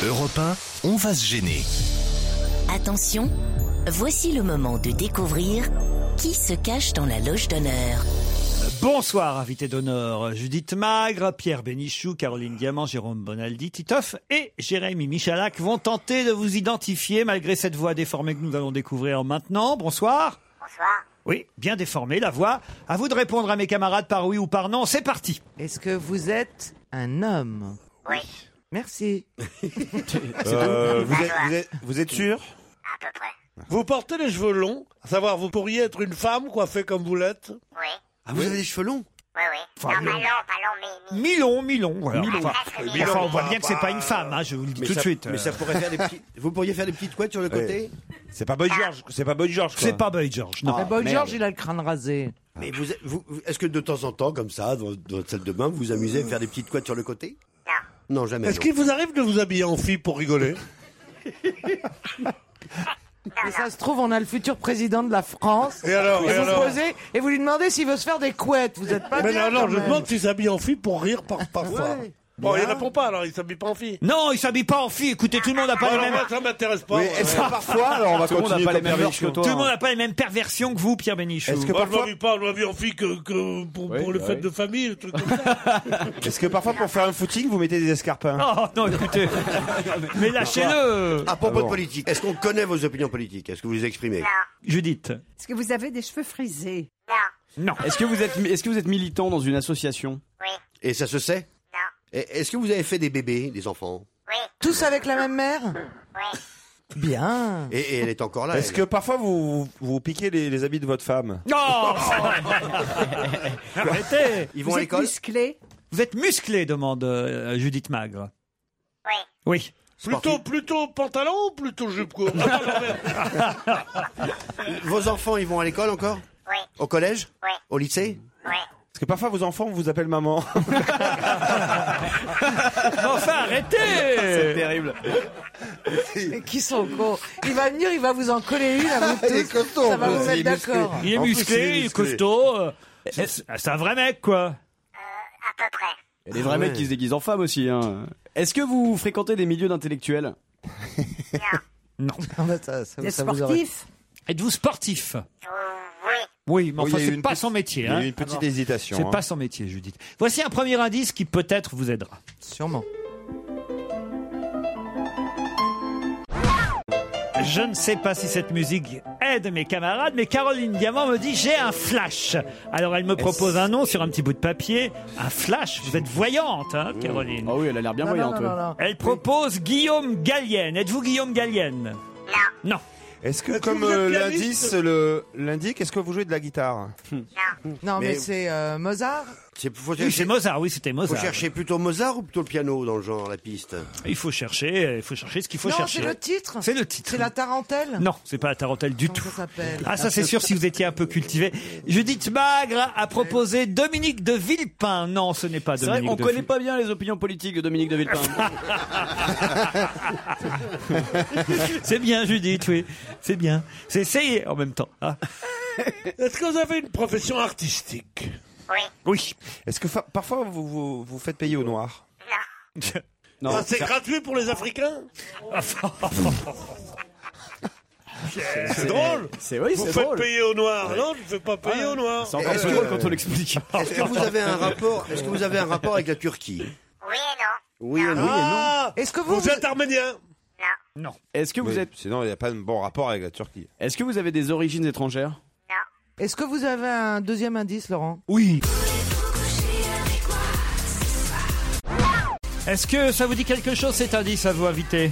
Europe 1, on va se gêner.
Attention, voici le moment de découvrir qui se cache dans la loge d'honneur.
Bonsoir, invité d'honneur. Judith Magre, Pierre Bénichou, Caroline Diamant, Jérôme Bonaldi, Titoff et Jérémy Michalak vont tenter de vous identifier malgré cette voix déformée que nous allons découvrir maintenant. Bonsoir.
Bonsoir.
Oui, bien déformée la voix. À vous de répondre à mes camarades par oui ou par non. C'est parti.
Est-ce que vous êtes un homme
Oui.
Merci.
Euh,
tout.
hein. vous, êtes, vous, êtes,
vous êtes sûr
À peu près.
Vous portez les cheveux longs, à savoir, vous pourriez être une femme coiffée comme vous l'êtes
Oui.
Ah, vous avez les cheveux longs
Oui, oui.
Enfin,
non, pas
non.
long, pas long, mais.
Milon, Milon, Ah, voilà.
Milon.
Enfin,
Oui,
enfin,
Milon,
on voit
pas-
bien que c'est pas une femme, hein, je vous le dis
Mais
tout de
ça-
suite.
mais ça pourrait faire des petits-
Vous pourriez faire des petites couettes sur le côté
C'est pas Boy George, c'est pas Boy George. quoi.
C'est pas Boy George, non.
Ah, Boy George, il a le crâne rasé.
Mais vous, vous- est-ce que de temps en temps, comme ça, dans, dans votre salle de bain, vous vous amusez à faire des petites couettes sur le côté Non, jamais.
Est-ce
non.
qu'il vous arrive de vous habiller en fille pour rigoler
Et ça se trouve, on a le futur président de la France.
Et alors,
vous
et
vous
alors
posez et vous lui demandez s'il veut se faire des couettes. Vous êtes pas
Mais
bien,
non, non,
quand
je
même.
demande s'ils s'habillent en fille pour rire par, parfois. Bon, il y en a pour pas, alors ils s'habillent pas en fille.
Non, il s'habille pas en fille. Écoutez, tout le monde n'a pas
Bon,
les
Ah, alors,
mêmes.
moi, ça m'intéresse pas.
Oui,
moi.
est-ce que parfois, alors, on va Tout le monde continuer a pas comme les mêmes perversion. mœurs que toi, Tout le monde hein. n'a pas les mêmes perversions que vous, Pierre Bénichou.
Est-ce que parfois... Moi, je m'habille pas, je m'habille en fille que, que pour,
Oui,
pour les
bah
fêtes
oui.
de famille, le truc comme ça.
Est-ce que parfois pour faire un footing, vous mettez des escarpins
Oh non, écoutez. Mais lâchez-le
À propos
Ah bon.
de politique, est-ce qu'on connaît vos opinions politiques Est-ce que vous les exprimez
Judith.
Est-ce que vous avez des cheveux frisés
Non.
Est-ce que vous êtes est-ce que vous êtes militant dans une association
Oui.
Et ça se sait
Non.
Et Est-ce que vous avez fait des bébés, des enfants
Tous avec la même mère Bien.
Et, et elle est encore là.
Est-ce que parfois vous, vous, vous piquez les, les
Oh
habits de votre femme
Non
Arrêtez
vous êtes musclé
Vous êtes musclé, demande euh, Judith Magre.
Oui.
Oui.
Plutôt, plutôt pantalon ou plutôt jupe courte Ah, non, l'envers.
Vos enfants, ils vont à l'école encore
Oui.
Au collège
Oui.
Au lycée
Oui.
Parce que parfois vos enfants vous appellent maman.
enfin, arrêtez
C'est terrible.
Mais qui sont cons Il va venir, il va vous en coller une à vous tous.
Il est costaud,
ça va
en
vous
plus,
mettre
Euh,
d'accord.
il est musclé. Il est
En plus,
musclé,
il est
il est
musclé.
costaud. euh, c'est- C'est un vrai mec, quoi.
Il y a
Ah
des vrais mecs qui se déguisent en femmes aussi. hein. Est-ce que vous fréquentez des milieux d'intellectuels
Non.
Des ça vous aurait- sportifs
Êtes-vous sportif Oui, mais
Oui,
enfin,
il y a eu
c'est
une
pas
petite-
son métier.
il y a eu
hein.
une petite hésitation,
C'est
hein.
pas son métier, Judith. Voici un premier indice qui peut-être vous aidera.
Sûrement.
Je ne sais pas si cette musique aide mes camarades, mais Caroline Diamant me dit j'ai un flash. Alors elle me propose un nom sur un petit bout de papier. Un flash, vous êtes voyante, hein, Caroline. Ah
oui, elle a l'air bien
Non, non, voyante, non, ouais. non, non.
Elle propose Guillaume Gallienne. Êtes-vous Guillaume Gallienne Non. Non.
Est-ce que,
Est-ce que
comme
vous êtes
euh, l'indice
pianiste
le l'indique, est-ce que vous jouez de la guitare
Non, mais, c'est euh, Mozart.
C'est faut
Oui, c'est Mozart, oui, c'était Mozart.
Faut chercher plutôt Mozart ou plutôt le piano dans le genre, la piste
Il faut chercher, euh, il faut chercher ce qu'il faut
non,
chercher.
c'est le titre.
C'est le titre.
C'est la tarentelle.
Non, c'est pas la tarentelle du tout.
s'appelle
Ah, ça c'est sûr si vous étiez un peu cultivé. Judith Magre a proposé Dominique de Villepin. Non, ce n'est pas
C'est vrai,
Dominique
on
de
connaît pas bien les opinions politiques de Dominique de Villepin.
C'est bien, Judith, oui. C'est bien. C'est essayé en même temps. hein.
Est-ce que vous avez une profession artistique
Oui.
Est-ce que fa- parfois vous, vous vous faites payer au noir
Ah, C'est gratuit pour les Africains C'est drôle
C'est oui,
Vous
c'est
faites
drôle.
payer au noir Non, je ne fais pas payer au noir
C'est encore plus drôle quand on l'explique.
Est-ce que vous avez un rapport Est-ce que vous avez un rapport avec la Turquie Oui et non. Oui et non.
Ah
Est-ce que
vous... êtes arménien
Non.
Est-ce que vous êtes
Sinon, il n'y a pas de bon rapport avec la Turquie.
Est-ce que vous avez des origines étrangères
Est-ce que vous avez un deuxième indice, Laurent
Oui. Est-ce que ça vous dit quelque chose cet indice à vous inviter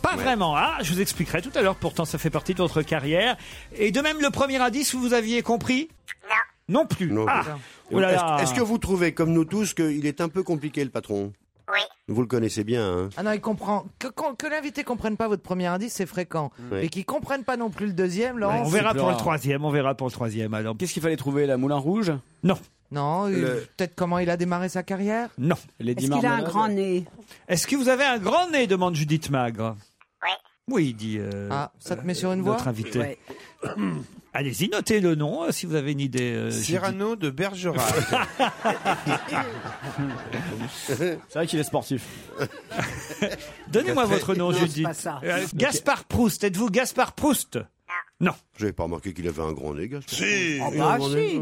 pas vraiment. Ah, je vous expliquerai tout à l'heure. Pourtant, ça fait partie de votre carrière. Et de même, le premier indice, vous aviez compris Non. Non plus. Ah. Oh là là.
Est-ce est-ce que vous trouvez, comme nous tous, qu'il est un peu compliqué le patron
Oui.
Vous le connaissez bien, hein
Ah non, il comprend. Que, qu'on- que l'invité comprenne pas votre premier indice, c'est fréquent.
Oui.
Et qu'il comprenne pas non plus le deuxième, Laurent.
On verra pour le troisième. On verra pour le troisième. Alors.
Qu'est-ce qu'il fallait trouver La Moulin Rouge
Non.
Non, euh,
Le-
peut-être comment il a démarré sa carrière
Non.
Est-ce qu'il a un grand nez
Est-ce que vous avez un grand nez demande Judith Magre. Oui. Oui, dit. euh,
Ah, ça te met sur une voie
Notre invité.
Ouais.
Allez-y, notez le nom euh, si vous avez une idée. euh,
Cyrano de Bergerac.
C'est vrai qu'il est sportif.
Donnez-moi votre nom,
Non, c'est
Judith.
pas ça.
Euh, Gaspard Proust, êtes-vous Gaspard Proust Non.
J'avais pas remarqué qu'il avait un grand nez, Gaspard.
Si
Ah bah, si.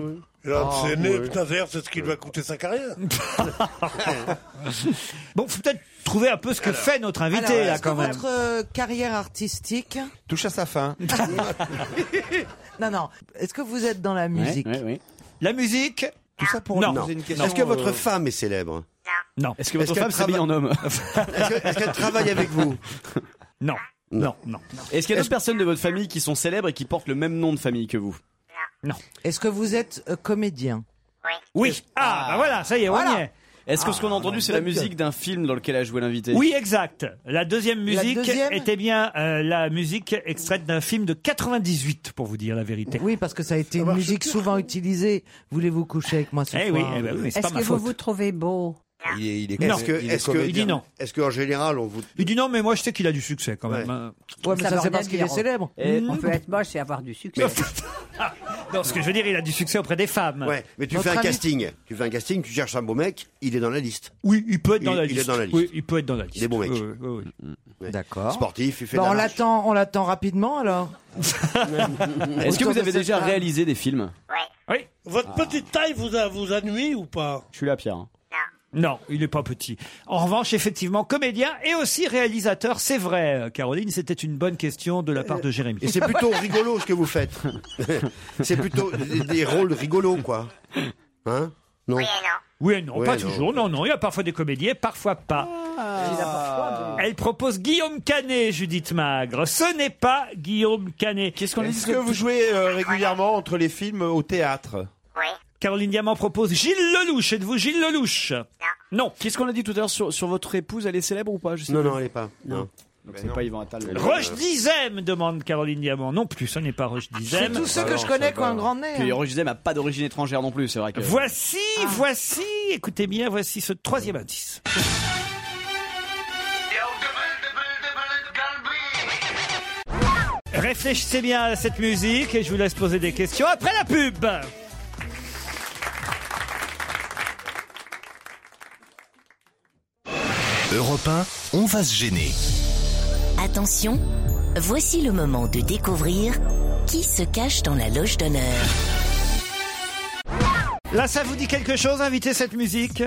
Il a un de
Ah,
ses nez,
ouais.
putain, d'ailleurs, c'est ce qui lui a coûté sa carrière
Bon, faut peut-être trouver un peu ce que fait notre
Alors,
invité, là,
est-ce que
quand même.
votre euh, carrière artistique
Touche à sa fin.
Non, non. Est-ce que vous êtes dans la musique
La musique
Tout ça pour
Non.
poser une question.
Est-ce que votre
euh,
femme est célèbre
Non.
Est-ce que votre
Est-ce qu'elle
femme s'habille en homme
Est-ce que- est-ce qu'elle travaille avec vous
Non. Non, non.
Est-ce qu'il y a d'autres personnes de votre famille qui sont célèbres et qui portent le même nom de famille que vous
Est-ce que vous êtes euh, comédien
Oui. Ah, bah voilà, ça y est, on y
Voilà.
est.
Est-ce que ce qu'on a entendu, c'est la
bonne
musique d'un film dans lequel a joué l'invité
Oui, exact. La deuxième
La
musique
deuxième
était bien euh, la musique extraite d'un film de 98, pour vous dire la vérité.
Oui, parce que ça a été une musique souvent utilisée. Voulez-vous coucher avec moi ce
Eh
soir
oui, eh ben oui, mais c'est
Est-ce
pas
que
ma
vous
faute.
vous trouvez beau
Il est, il est,
Non.
Est-ce que,
Il est
est-ce que,
comédien. Il dit non.
Est-ce qu'en général, on vous
Il dit non, mais moi je sais qu'il a du succès quand même. hein.
Ouais, mais
Ça
ça,
veut
c'est
rien
parce qu'il
dire.
est célèbre.
Et-
On peut être moche et avoir du succès.
Non, ce que je veux dire, il a du succès auprès des femmes.
Ouais, mais tu
Votre
fais un
ami-
casting. Tu fais un casting, tu cherches un beau mec, il est dans la liste.
Oui, il peut être dans
Il-
la
il est
liste.
dans la liste.
Oui, il peut être dans la liste.
Des beaux mecs.
Oui, oui, oui.
D'accord.
Sportif, il fait
Bah,
de
on
la marche.
l'attend, on l'attend rapidement alors.
Est-ce que
Autour
vous
de
avez
cette
déjà
table.
réalisé des films
Oui. Ah.
Votre petite taille vous a, vous a nuit ou pas
Je suis là, Pierre. hein.
Non, il n'est pas petit. En revanche, effectivement, comédien et aussi réalisateur, c'est vrai, euh, Caroline, c'était une bonne question de la part de Jérémy.
Et c'est plutôt rigolo ce que vous faites. c'est plutôt des, des rôles rigolos, quoi. Hein Non.
Oui et non,
Oui
pas
et non.
toujours. Non, non, il y a parfois des comédiens, parfois pas. Ah.
Ah.
Elle propose Guillaume Canet, Judith Magre. Ce n'est pas Guillaume Canet.
Qu'est-ce qu'on
Est-ce que vous jouez euh, régulièrement entre les films au théâtre
Caroline Diamant propose Gilles Lelouch. Êtes-vous Gilles Lelouch Non.
Qu'est-ce qu'on a dit tout à l'heure sur, sur votre épouse Elle est célèbre ou pas je sais
Non,
plus.
non, elle est pas. Non.
Donc
Ben
c'est pas Yvan Attal. euh,
Roche Dizem demande Caroline Diamant. Non plus, ce n'est pas Roche Dizem.
C'est tous ceux que je connais qui ont un grand nez, Puis hein. Roche Dizem n'a pas d'origine étrangère non plus, c'est vrai que.
Voici, voici, écoutez bien, voici ce troisième indice. Réfléchissez bien à cette musique et je vous laisse poser des questions après la pub.
Europe 1, on va se gêner.
Attention, voici le moment de découvrir qui se cache dans la loge d'honneur.
Là, ça vous dit quelque chose, inviter cette musique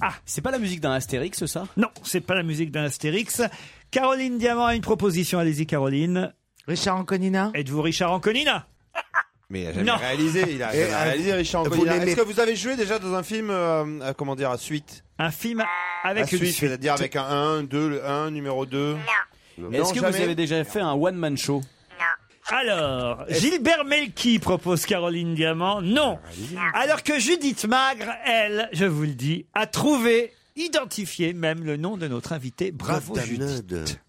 Ah,
c'est pas la musique d'un Astérix, ça
Non, c'est pas la musique d'un Astérix. Caroline Diamant a une proposition, allez-y Caroline. Richard Anconina Êtes-vous Richard Anconina
Mais il a
Non.
jamais réalisé, il a jamais
Et, euh,
réalisé Richard
vous
Anconina.
l'aimez-
Est-ce que vous avez joué déjà dans un film, euh, euh, comment dire, à suite
Un film
à
avec une
suite,
suite.
c'est-à-dire avec un 1, 2, le 1, numéro 2 Non.
Est-ce que vous
jamais
avez déjà fait un one-man show
Alors, Gilbert Melki propose Caroline Diamant. Non. Alors que Judith Magre, elle, je vous le dis, a trouvé, identifié même le nom de notre invité. Bravo
Bonne
Judith.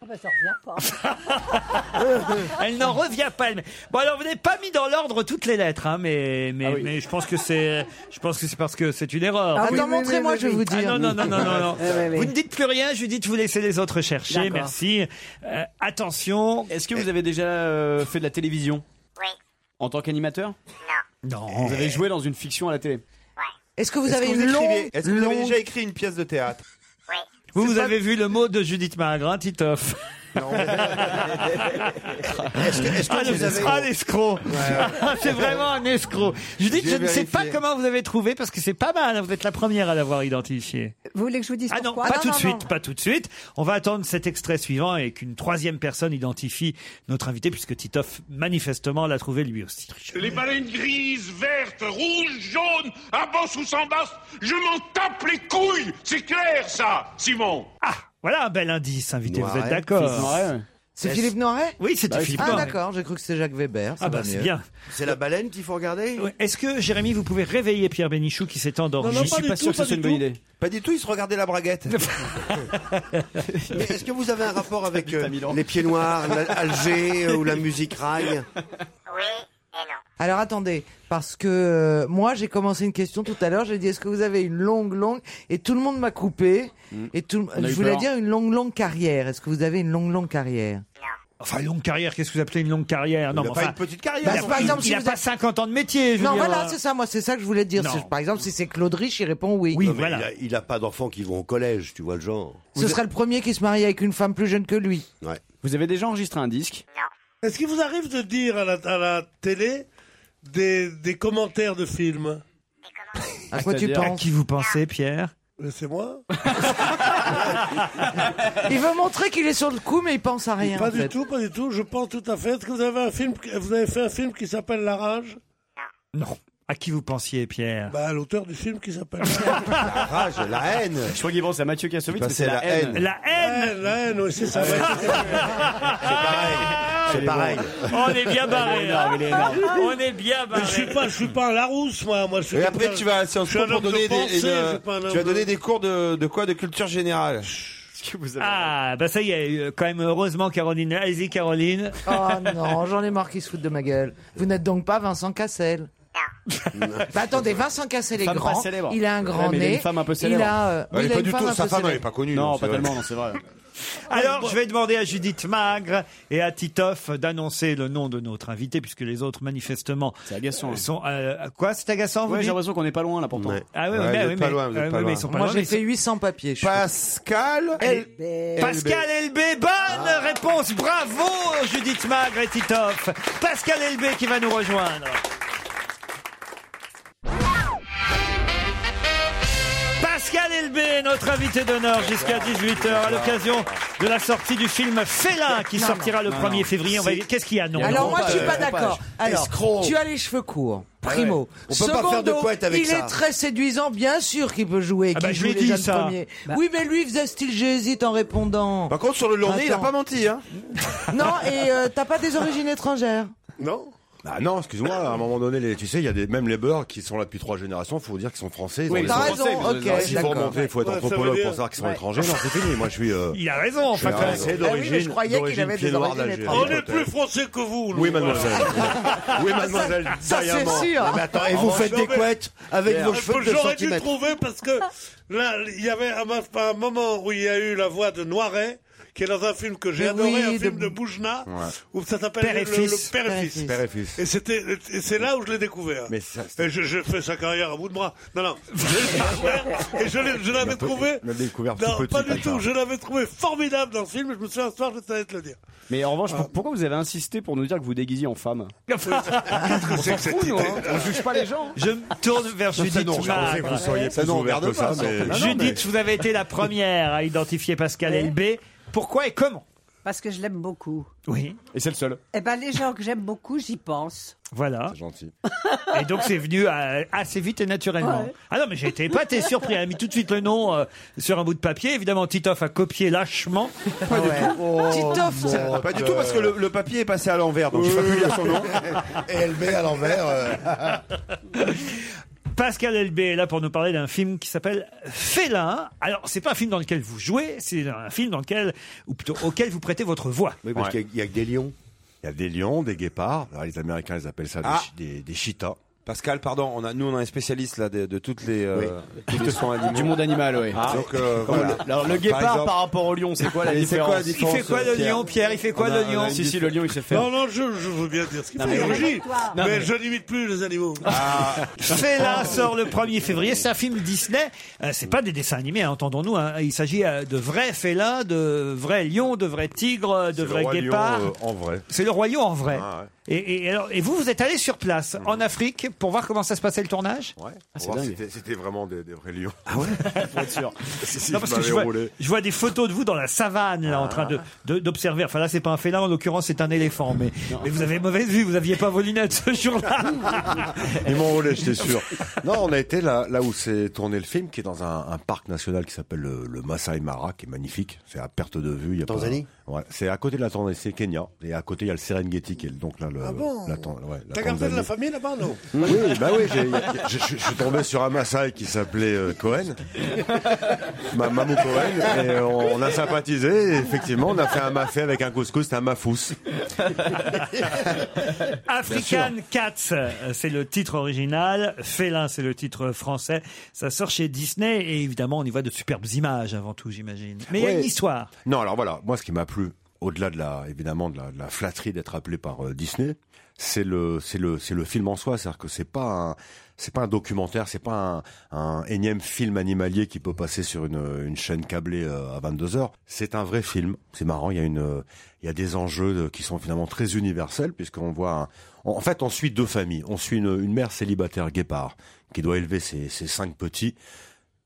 Ah ben, ça revient pas.
Elle n'en revient pas. elle-même. Bon alors vous n'avez pas mis dans l'ordre toutes les lettres, hein, mais mais, mais je pense que c'est je pense que c'est parce que c'est une erreur.
Ah oui, Attends, oui, montrez-moi, oui, je vais oui. vous dire.
Ah non non non non non. non.
Oui, oui, oui.
Vous ne dites plus rien, Judith. Vous laissez les autres chercher.
D'accord.
Merci. Euh, attention.
Est-ce que vous avez déjà euh, fait de la télévision
Oui.
En tant qu'animateur
Non.
Vous avez joué dans une fiction à la télé
Est-ce que vous
Est-ce
avez
que
une longue,
écrivez- Est-ce que vous avez
longue-
déjà écrit une pièce de théâtre
Vous, vous avez vu le mot de Judith Magrin, Titoff
Ah,
Est-ce que- est-ce que
Ah,
vous
le-
avez-
ah, l'escroc
ouais.
C'est vraiment un escroc. Judith,
J'ai
je ne
vérifié.
sais pas comment vous avez trouvé parce que c'est pas mal. hein, Vous êtes la première à l'avoir identifié.
Vous voulez que je vous dise
Ah non,
pourquoi
pas tout de suite, pas tout de suite. On va attendre cet extrait suivant et qu'une troisième personne identifie notre invité puisque Titoff manifestement l'a trouvé lui aussi.
Les baleines grises, vertes, rouges, jaunes, à bosse ou sans bosse, je m'en tape les couilles C'est clair, ça, Simon
Ah, voilà un bel indice, invité. vous êtes
Noiret,
d'accord
Philippe Noiret, ouais.
C'est Philippe Noiret
Oui, c'était
Bah,
Philippe
Ah
Noiret.
d'accord, j'ai cru que c'était Jacques Weber. ça
Ah
va
bah, c'est
mieux.
bien.
C'est la baleine qu'il faut regarder
Ouais, Est-ce que Jérémy, vous pouvez réveiller Pierre Bénichou qui s'est endormi
Non, non, Je pas suis du pas tout, sûr que ce pas soit du une bonne tout. idée.
Pas du tout, il se regardait la braguette.
Mais Est-ce que vous avez un rapport avec euh, les pieds noirs, la- Alger euh, ou la musique rail
Alors attendez, parce que euh, moi j'ai commencé une question tout à l'heure, j'ai dit est-ce que vous avez une longue longue et tout le monde m'a coupé et tout
Hmm. On a
je
eu
voulais
peur.
dire une longue longue carrière. Est-ce que vous avez une longue longue carrière
Enfin, longue carrière, qu'est-ce que vous appelez une longue carrière
Il a
mais
pas
enfin,
une petite carrière.
Il
Bah,
a,
par
il-
exemple,
il
si
a
vous
pas
êtes-
50 ans de métier, je veux
Non,
dire. euh,
voilà, c'est ça moi c'est ça que je voulais dire.
Non.
C'est- Par exemple, si c'est Claude Rich, il répond oui.
Non, mais il a- Il n'a pas d'enfants qui vont au collège, tu vois le genre.
Ce sera le premier qui se marie avec une femme plus jeune que lui.
Ouais.
Vous avez déjà enregistré un disque
Est-ce qu'il vous arrive de dire à la, à la télé des, des commentaires de films
À quoi tu penses À qui vous pensez, Pierre
Mais Euh, C'est moi
Il veut montrer qu'il est sur le coup mais il pense à rien.
Pas
en
du
fait.
tout, pas du tout. Je pense tout à fait. Est-ce que vous avez un film, que- vous avez fait un film qui s'appelle La Rage
Non. À qui vous pensiez, Pierre
Bah, l'auteur du film qui s'appelle
La rage, la haine.
Je crois qu'il pense à Mathieu Kassovitz,
Bah,
mais c'est la, haine. Ah,
La haine
La haine, oui, c'est ça. ouais.
C'est pareil.
Oh,
On est bien barré.
hein.
Il est énorme, il est énorme.
On est bien barré.
Mais je suis pas, je suis pas un Larousse, moi. moi je suis
Et
un-
après, tu vas à Sciences
je suis
Po
un
pour
homme de
donner des,
pensée,
et euh,
je
de-
suis pas un
tu vas
homme
donner des cours de, de quoi De culture générale.
Ah, bah ça y est, euh, quand même, heureusement, Caroline. Allez-y, Caroline.
Oh non, j'en ai marre qu'ils se foutent de ma gueule. Vous n'êtes donc pas Vincent Cassel Bah, attendez, Vincent Cassel est
Femme
grand.
pas célèbre.
Il a un grand
Ouais, mais il a
nez.
une femme un peu célèbre.
Il a, euh, oui, il a une femme un peu célèbre.
connue.
Non,
donc,
pas
c'est vrai.
tellement, non, c'est vrai.
Alors, je vais demander à Judith Magre et à Titoff d'annoncer le nom de notre invité, puisque les autres, manifestement,
agaçant, hein.
sont... euh, quoi, c'est agaçant, vous
Ouais, j'ai
dites
l'impression qu'on n'est pas loin là pourtant.
Ah oui, oui,
Ouais,
mais-
vous
oui,
êtes
mais-
pas loin, vous êtes
oui,
pas
mais
loin.
ils sont pas
Moi,
loin,
j'ai
mais
fait 800 papiers. je suis
Pascal L-
Pascal LB, bonne
Ah.
réponse. Bravo Judith Magre et Titoff. Pascal LB qui va nous rejoindre. Pascal Elbé, notre invité d'honneur jusqu'à 18h à l'occasion de la sortie du film Félin qui
Non,
sortira
non.
le
Non,
1er
non.
février. On va-
C'est-
Qu'est-ce qu'il y a non
Alors moi je suis pas
euh,
d'accord.
pompage.
Alors
Escroc.
tu as les cheveux courts, primo.
On peut pas faire de
Secondo,
couette avec
il
ça.
est très séduisant, bien sûr qu'il peut jouer.
Ah bah,
qu'il
je
joue
l'ai
les
dit,
jeunes
ça.
premiers.
Bah.
Oui mais lui il faisait style j'hésite en répondant.
Par contre, sur le long nez, il a
Attends.
pas menti. Hein.
Non et euh, t'as pas des origines étrangères.
Non
Ah non, excuse-moi, à un moment donné, les- tu sais, il y a des, même les beurs qui sont là depuis trois générations, faut dire qu'ils sont français. Ils
Oui,
ont
t'as
des-
raison,
Français, mais ils ont des-
ok,
S'il faut
d'accord.
remonter, il faut être
Ouais, ça veut
anthropologue
dire-
pour savoir qu'ils sont
Ouais.
étrangers. Non, c'est fini. Moi, je suis. euh,
Il a raison, en
je suis
fait.
un Français
Ah oui, mais je
d'origine,
croyais qu'il
d'origine
avait des
pied noir
origines
d'Algérie.
On est plus français que vous. nous,
Oui,
voilà.
mademoiselle. Oui, mademoiselle,
Ça, c'est
vaillamment.
sûr.
Non, mais attends, et vous faites
Non,
des
mais-
couettes avec
Mais
vos
un peu,
cheveux de 2
J'aurais dû
centimètres.
trouver parce que là, il y avait un, un moment où il y a eu la voix de Noiret, qui est dans un film que j'ai
Mais
adoré,
oui,
un film
de-
de Boujna,
Ouais.
où ça s'appelle
Père et
le,
fils.
le Père et Fils.
Père et fils.
Et c'était, et c'est là où je l'ai découvert.
Mais ça, c'est-
Et je, je fais sa carrière à bout de bras. Non, non. Je- et je, l'ai- je l'avais trouvé.
On a découvert tout
Non,
petit,
pas du
bâtard.
tout. Je l'avais trouvé formidable dans le film. et Je me souviens ce soir, je savais te le dire.
Mais en revanche, pour- pourquoi vous avez insisté pour nous dire que vous déguisiez en femme
Qu'est-ce que c'est que cette idée
hein. On juge pas les gens.
Je me tourne vers
Ça,
Judith.
non, je pensais que vous
Magre.
seriez Ça, plus non, on ouvert regarde que ça, pas, mais- ça. Non, non, mais-
Judith, vous avez été la première à identifier Pascal Elbé. Pourquoi et comment
Parce que je l'aime beaucoup.
Oui.
Et c'est le seul.
Eh ben, les gens que j'aime beaucoup, j'y pense.
Voilà.
C'est gentil.
Et donc c'est venu euh, assez vite et naturellement.
Ouais.
Ah non, mais j'ai été épaté, surpris. Elle a mis tout de suite le nom euh, sur un bout de papier. Évidemment, Titoff a copié lâchement. Pas
du tout.
Oh,
Titoff,
Oh, C'est- Pas du tout parce que le, le papier est passé à l'envers, donc je peux plus lire son nom.
Et elle met à l'envers. euh,
Pascal Elbé est là pour nous parler d'un film qui s'appelle Félin. Alors, c'est pas un film dans lequel vous jouez, c'est un film dans lequel, ou plutôt auquel vous prêtez votre voix.
Oui, parce qu'il y a que des lions. Il y a des lions, des guépards. Alors, les Américains, ils appellent ça des,
Ah.
chi- des, des cheetahs.
Pascal, pardon, on a, nous on a un spécialiste là de, de toutes les, euh,
Oui.
toutes les sons animaux.
Du monde animal, oui.
Ah. Donc, euh, voilà.
Alors, le
Par
guépard par,
exemple-
rapport au lion, c'est quoi la
Mais c'est
différence
quoi la différence, Il fait quoi, le Pierre lion, Pierre Il fait quoi, On a- le lion on a une
Si, si,
différence.
le lion, il sait faire.
Non, non, je, je veux bien dire ce qu'il
Non,
fait.
mais-
Roger.
Non,
mais,
mais-
je n'imite plus les animaux. Ah.
Ah. Félin sort le 1er février, c'est un film Disney. Euh, c'est pas des dessins animés, hein, entendons-nous. hein. Il s'agit euh, de vrais félins, de vrais lions, de vrais tigres, de
C'est le
vrais
roi lion,
guépards.
euh, en Ah, vrai.
C'est le royaume en vrai. et, et alors, et vous, vous êtes allé sur place,
Mm.
en Afrique, pour voir comment ça se passait le tournage
Ouais.
Ah, c'est
Voir,
dingue.
C'était c'était vraiment des, des vrais lions. Ah ouais Pour être sûr. Si, si,
Non,
je
parce que
m'avais
je vois,
roulé.
je vois des photos de vous dans la savane, là, en train de- de- d'observer. Enfin, là, c'est pas un félin, en l'occurrence, c'est un éléphant. Mais, mais vous avez mauvaise vue, vous aviez pas vos lunettes ce jour-là.
Ils m'ont roulé, j'étais sûr. Non, on a été là, là où s'est tourné le film, qui est dans un, un parc national qui s'appelle le, le Masai Mara, qui est magnifique. C'est à perte de vue. il Y a pas-
Tanzanie
Ouais, c'est à côté de la Tanzanie, c'est Kenya. Et à côté, il y a le Serengeti, qui est donc là le.
Ah bon
la, Tan- ouais, la
T'as gardé de la
Tanzanie.
famille là-bas, non
Oui, bah oui, j'ai- je- je je suis tombé sur un Maasai qui s'appelait euh, Cohen, ma, Mamou Cohen, et on, on a sympathisé, et effectivement, on a fait un mafé avec un couscous, c'était un mafous.
African Cats, euh, c'est le titre original. Félin, c'est le titre français. Ça sort chez Disney et évidemment, on y voit de superbes images avant tout, j'imagine. Mais il y a
Ouais.
une histoire.
Non, alors voilà, moi ce qui m'a plu, au-delà de la, évidemment, de la, de la flatterie d'être appelé par euh, Disney, c'est le, c'est le, c'est le film en soi, c'est-à-dire que c'est pas un, c'est pas un documentaire, c'est pas un, un énième film animalier qui peut passer sur une, une chaîne câblée euh, à 22 heures. C'est un vrai film. C'est marrant. Il y a une, euh, il y a des enjeux de- qui sont finalement très universels puisqu'on voit, un- en en fait, on suit deux familles. On suit une, une mère célibataire guépard qui doit élever ses, ses cinq petits.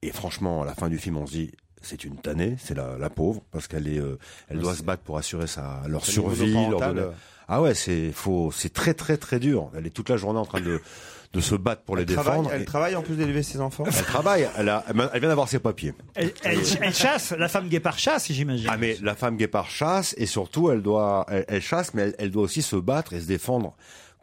Et franchement, à la fin du film, on se dit, c'est une tannée, c'est la, la pauvre, parce qu'elle est, euh, elle doit se battre pour assurer sa leur
C'est le
survie.
monoparental,
Leur donner-
euh.
Ah ouais, c'est faut, c'est très très très dur. Elle est toute la journée en train de de se battre pour les
Elle travaille-
défendre.
elle
Et-
travaille en plus d'élever ses enfants.
elle travaille, elle, a- elle vient d'avoir ses papiers.
Elle, elle- elle chasse, la femme guépard chasse, j'imagine.
Ah mais la femme guépard chasse et surtout elle doit, elle, elle chasse mais elle, elle doit aussi se battre et se défendre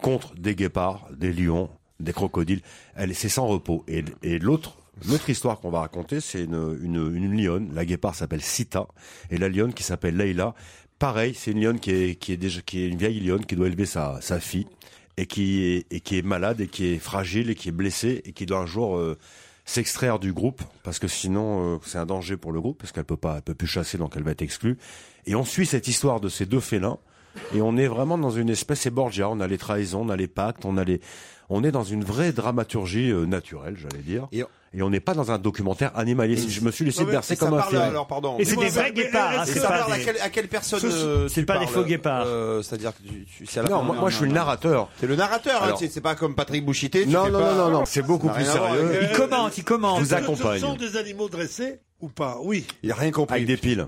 contre des guépards, des lions, des crocodiles. Elle c'est sans repos. Et, et l'autre. L'autre histoire qu'on va raconter, c'est une, une, une lionne. La guépard s'appelle Sita et la lionne qui s'appelle Leila. Pareil, c'est une lionne qui est, qui est déjà, qui est une vieille lionne qui doit élever sa, sa fille et qui est, et qui est malade et qui est fragile et qui est blessée et qui doit un jour euh, s'extraire du groupe parce que sinon euh, c'est un danger pour le groupe parce qu'elle peut pas elle peut plus chasser donc elle va être exclue et on suit cette histoire de ces deux félins et on est vraiment dans une espèce c'est Borgia on a les trahisons on a les pactes on a les on est dans une vraie dramaturgie euh, naturelle j'allais dire et, on n'est pas dans un documentaire animalier Si je me suis laissé
Non, mais
bercer
ça
comme un
parle,
film
alors, pardon.
Et c'est des vrais guépards, hein,
Et
c'est
ça
pas
parle à,
des-
quelle, à quelle personne
Ce-
euh,
c'est
tu
pas des
parles
faux guépards.
Euh, C'est-à-dire que tu, tu- c'est à la
non,
fin.
moi, moi, je suis le narrateur.
T'es le narrateur, hein,
Alors-
tu sais, c'est pas comme Patrick Bouchité. tu
Non,
fais
non,
pas-
non, non, non, c'est beaucoup
Ça n'a
plus
rien à voir
sérieux.
avec-
Il commente, il commente. Je vous
Est-ce que
accompagne.
Ce sont des animaux dressés ou pas Oui.
Il a rien compris. Avec des piles.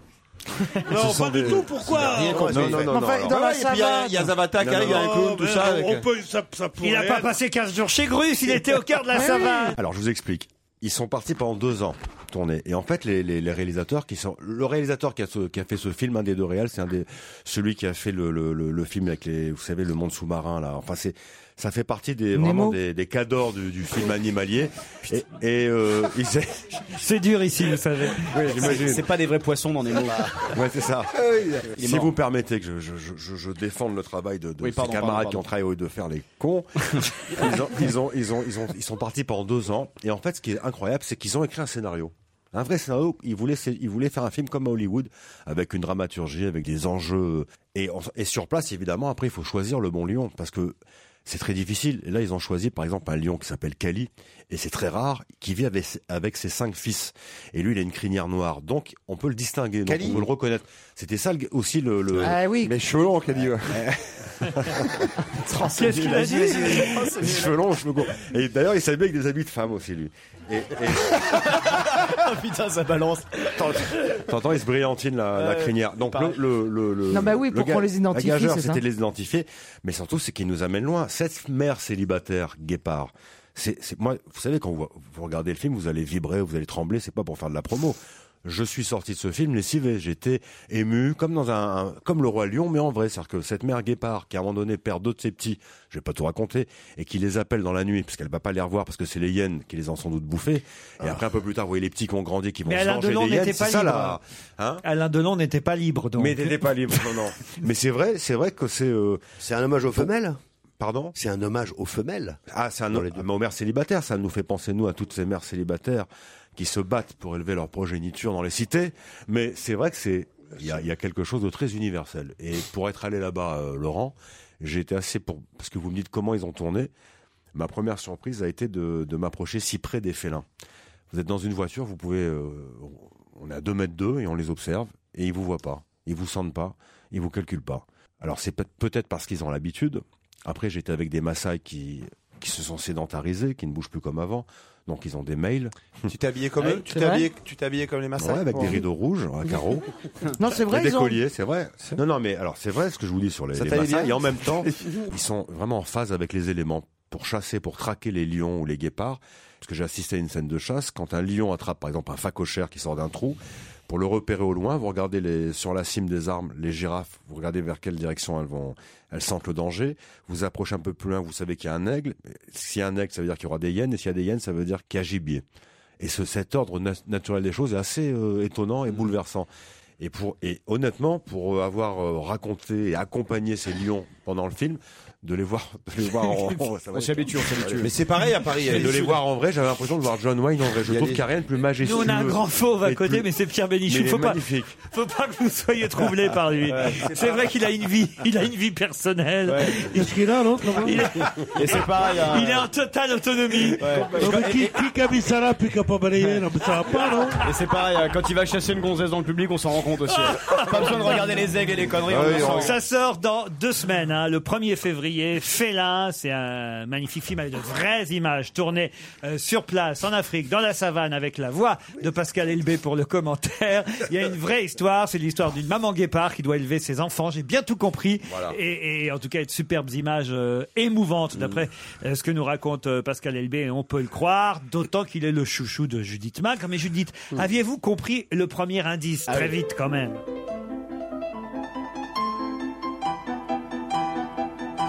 Non, pas du tout. Pourquoi
Oh,
rien compris.
Non,
Non, non, non, non, non.
Ouais, et puis il y a- il y a Zavata qui arrive, il y a un clown,
Oh,
tout ça. avec-
euh,
il n'a pas passé 15 jours chez Grus, il était au cœur de la savane.
Alors, je vous explique. Ils sont partis pendant deux ans. tourner. Et en fait, les, les- les réalisateurs qui sont le réalisateur qui a, ce- qui a fait ce film, un des deux réels, c'est un des celui qui a fait le, le- le- le film avec les, vous savez, le monde sous-marin là. Enfin, c'est ça fait partie des vraiment
Nemo.
des, des cadors du, du film animalier. Et, et, euh, il s'est-
C'est dur ici, vous savez.
Oui, j'imagine.
C'est pas des vrais poissons dans les mots.
Ouais, c'est ça.
Il est
Si
mort.
vous permettez que je, je, je- je, je défende le travail de, de
Oui,
ces
pardon,
camarades
pardon,
qui ont
pardon.
travaillé au lieu de faire les cons, ils, ont, ils, ont, ils, ont, ils, ont- ils sont partis pendant deux ans. Et en fait, ce qui est incroyable, c'est qu'ils ont écrit un scénario. Un vrai scénario, ils voulaient, c'est- ils voulaient faire un film comme à Hollywood, avec une dramaturgie, avec des enjeux. Et, en- et sur place, évidemment, après, il faut choisir le bon lion, parce que c'est très difficile. Et là, ils ont choisi, par exemple, un lion qui s'appelle Kali, et c'est très rare, qui vit avec, avec ses cinq fils. Et lui, il a une crinière noire, donc on peut le distinguer, donc
Kali
on peut le reconnaître. C'était ça le- aussi le... le-
Ah oui.
Les cheveux longs, Kali. ouais.
Qu'est-ce qu'il a dit
Oh,
Les cheveux longs, cheveux courts. Et d'ailleurs, il s'habillait avec des habits de femme aussi, lui. Et,
Oh, putain, ça balance.
T'entends, il se brillantine la, la
Ouais,
crinière. Donc le, le, le, le-
Non, bah oui,
le
pour
ga-
qu'on les identifie,
La gageur,
c'est ça
c'était de les identifier, mais surtout, c'est qu'ils nous amènent loin. Cette mère célibataire guépard, c'est, c'est moi. Vous savez, quand vous, vous regardez le film, vous allez vibrer, vous allez trembler. C'est pas pour faire de la promo. Je suis sorti de ce film lessivé, j'étais ému comme dans un, un- comme le roi lion, mais en vrai, c'est-à-dire que cette mère guépard qui à un moment donné perd deux de ses petits, je vais pas tout raconter, et qui les appelle dans la nuit parce qu'elle va pas les revoir parce que c'est les hyènes qui les ont sans doute bouffés. Et après un peu plus tard, vous voyez les petits qui ont grandi, qui vont
Mais
se
Alain
venger
Delon
des hyènes.
n'était
C'est
pas
ça
libre.
là, hein
Alain Delon n'était pas libre, donc.
mais t'étais pas libre, non, non. Mais c'est vrai, c'est vrai que c'est. euh,
C'est un hommage aux femelles.
Pardon
C'est un hommage aux femelles.
Ah, c'est un homme aux mères célibataires. Ça nous fait penser nous à toutes ces mères célibataires qui se battent pour élever leur progéniture dans les cités. Mais c'est vrai que c'est. Il y, a, il y a quelque chose de très universel. Et pour être allé là-bas, euh, Laurent, j'ai été assez pour parce que vous me dites comment ils ont tourné. Ma première surprise a été de, de m'approcher si près des félins. Vous êtes dans une voiture, vous pouvez. euh, on est à 2 mètres d'eux et on les observe et ils vous voient pas, ils vous sentent pas, ils vous calculent pas. Alors c'est peut- peut-être parce qu'ils ont l'habitude. Après, j'étais avec des Maasai qui, qui se sont sédentarisés, qui ne bougent plus comme avant. Donc ils ont des mails.
Tu t'es habillé comme
Ouais,
eux Tu
c'est
t'es
vrai.
habillé- tu t'es habillé comme les Maasai
Ouais, avec
pour-
des rideaux rouges, à carreaux.
Non, c'est vrai,
Et Des
ils ont-
colliers, c'est vrai. Non, non, mais alors c'est vrai ce que je vous dis sur les,
Ça
les
t'allait
Maasai.
bien
Et en même temps, ils sont vraiment en phase avec les éléments pour chasser, pour traquer les lions ou les guépards. Parce que j'ai assisté à une scène de chasse. Quand un lion attrape, par exemple, un facochère qui sort d'un trou, pour le repérer au loin, vous regardez les, sur la cime des armes les girafes, vous regardez vers quelle direction elles vont, elles sentent le danger. Vous approchez un peu plus loin, vous savez qu'il y a un aigle. S'il y a un aigle, ça veut dire qu'il y aura des hyènes. Et s'il y a des hyènes, ça veut dire qu'il y a gibier. Et ce, cet ordre na- naturel des choses est assez euh, étonnant
Mm.
et bouleversant. Et, pour, et honnêtement, pour euh, avoir euh, raconté et accompagné ces lions pendant le film, de les voir, de les voir en, en- ça va
On
être-
s'habitue, on s'habitue.
Mais c'est pareil à Paris, il y a
Et
les
de les
Suds.
voir en vrai, j'avais l'impression de voir John Wayne en vrai.
Il
Je
y a
trouve
les-
qu'il n'y a rien de plus majestueux.
Nous, on a un grand fauve à
et de
côté,
plus-
mais c'est Pierre Bénichou.
Mais il
Faut
est
pas,
magnifique.
faut pas que vous soyez troublés par lui. C'est vrai qu'il a une vie, il a une vie personnelle. Il est-
Et c'est pareil, hein.
Il est en totale autonomie.
Non, mais qui, qui qui a mis ça là puis qui a pas balayé non, mais ça va pas, non
Et c'est pareil, euh, quand il va chasser une gonzesse dans le public, on s'en rend compte aussi. Pas besoin de regarder les aigles et les conneries.
Ah
on le sent.
Ah Ça sort dans deux semaines, hein, le 1er février. Félin, c'est un magnifique film avec de vraies images tournées euh, sur place, en Afrique, dans la savane, avec la voix de Pascal Elbé pour le commentaire. Il y a une vraie histoire, c'est l'histoire d'une maman guépard qui doit élever ses enfants. J'ai bien tout compris. Et, et en tout cas, de superbes images euh,
Mm.
émouvantes, d'après euh, ce que nous raconte euh, Pascal Elbé, et on peut le croire, d'autant qu'il est le chouchou de Judith Magre. Mais Judith,
Mm.
aviez-vous compris le premier indice
Ah
Très vite quand même.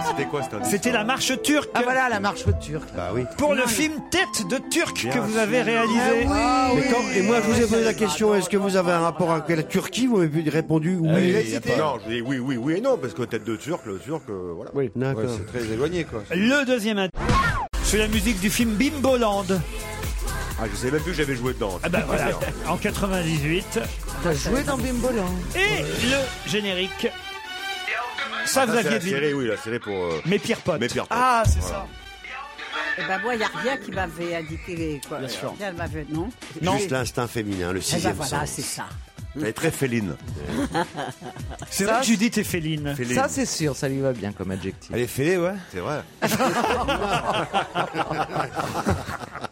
C'était quoi cet indice
C'était la marche turque.
Ah voilà, la marche turque.
Bah oui.
Pour le film Tête de Turc que
Bien
vous avez
sûr.
Ah
réalisé.
Ah
Mais quand- et moi, je vous ai posé la question est-ce que vous avez un rapport avec la Turquie Vous m'avez répondu
Eh,
Ah oui.
Oui, non, je dis oui, oui, oui et non, parce que tête de turc, le turc, euh, voilà. Oui,
D'accord.
C'est très éloigné, quoi.
Le deuxième indice. C'est la musique du film Bimboland.
Ah, je savais même plus que j'avais joué dedans.
Ah bah voilà, en 98.
T'as joué dans Bimboland.
Et le générique. Ça, vous
Ah, c'est
aviez
la
dit.
série, oui, la série pour. euh,
Mes pires potes.
Mes pires potes.
Ah, c'est
Voilà.
ça.
Eh ben moi, il n'y a rien qui m'avait indiqué. les- Quoi.
Bien sûr.
Rien ne m'avait- non
Juste l'instinct féminin, le
Eh ben
sixième
voilà,
sens.
c'est ça.
Elle est très féline.
C'est
Ça,
vrai que Judith est féline.
Féline.
Ça, c'est sûr, ça lui va bien comme adjectif.
Elle est fêlée, ouais.
C'est vrai.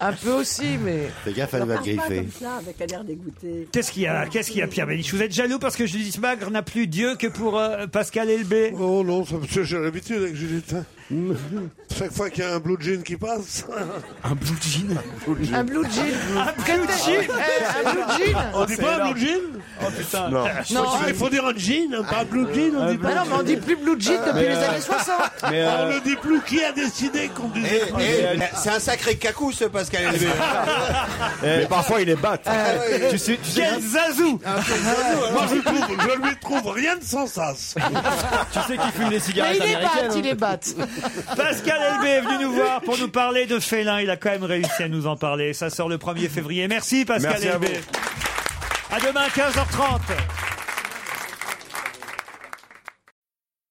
Un peu aussi, mais.
Fais gaffe, elle
On
va te
parle pas
griffer.
comme ça, avec un air dégoûté.
Qu'est-ce qu'il y a Qu'est-ce qu'il y a, Pierre Bénichou Vous êtes jaloux parce que Judith Magre n'a plus Dieu que pour euh, Pascal Elbé.
Oh non, ça me j'ai l'habitude avec Judith. hein. Chaque fois qu'il y a un blue jean qui passe.
Un blue jean
Un blue jean. Eh, Un blue jean.
On dit pas un blue jean
Oh putain
Non, il faut dire un jean, hein, pas un blue jean, on dit
Bah non, mais on dit plus blue jean depuis les années 60.
Mais euh, On ne dit plus qui a décidé qu'on disait.
Eh, eh, c'est un sacré cacou ce Pascal
eh,
Elbé.
Mais parfois, il est batte.
Euh,
ouais.
eh, tu sais, tu sais-
Quel zazou Moi je, trouve, je lui trouve rien de sans sas.
tu sais qu'il fume des
Mais
cigarettes
Bah, il est
américaines. hein.
bat,
hein.
il est bat.
Pascal Elbé est venu nous voir pour nous parler de félin. Il a quand même réussi à nous en parler. Ça sort le 1er février. Merci Pascal
Merci à
Elbé. À, demain 15h30.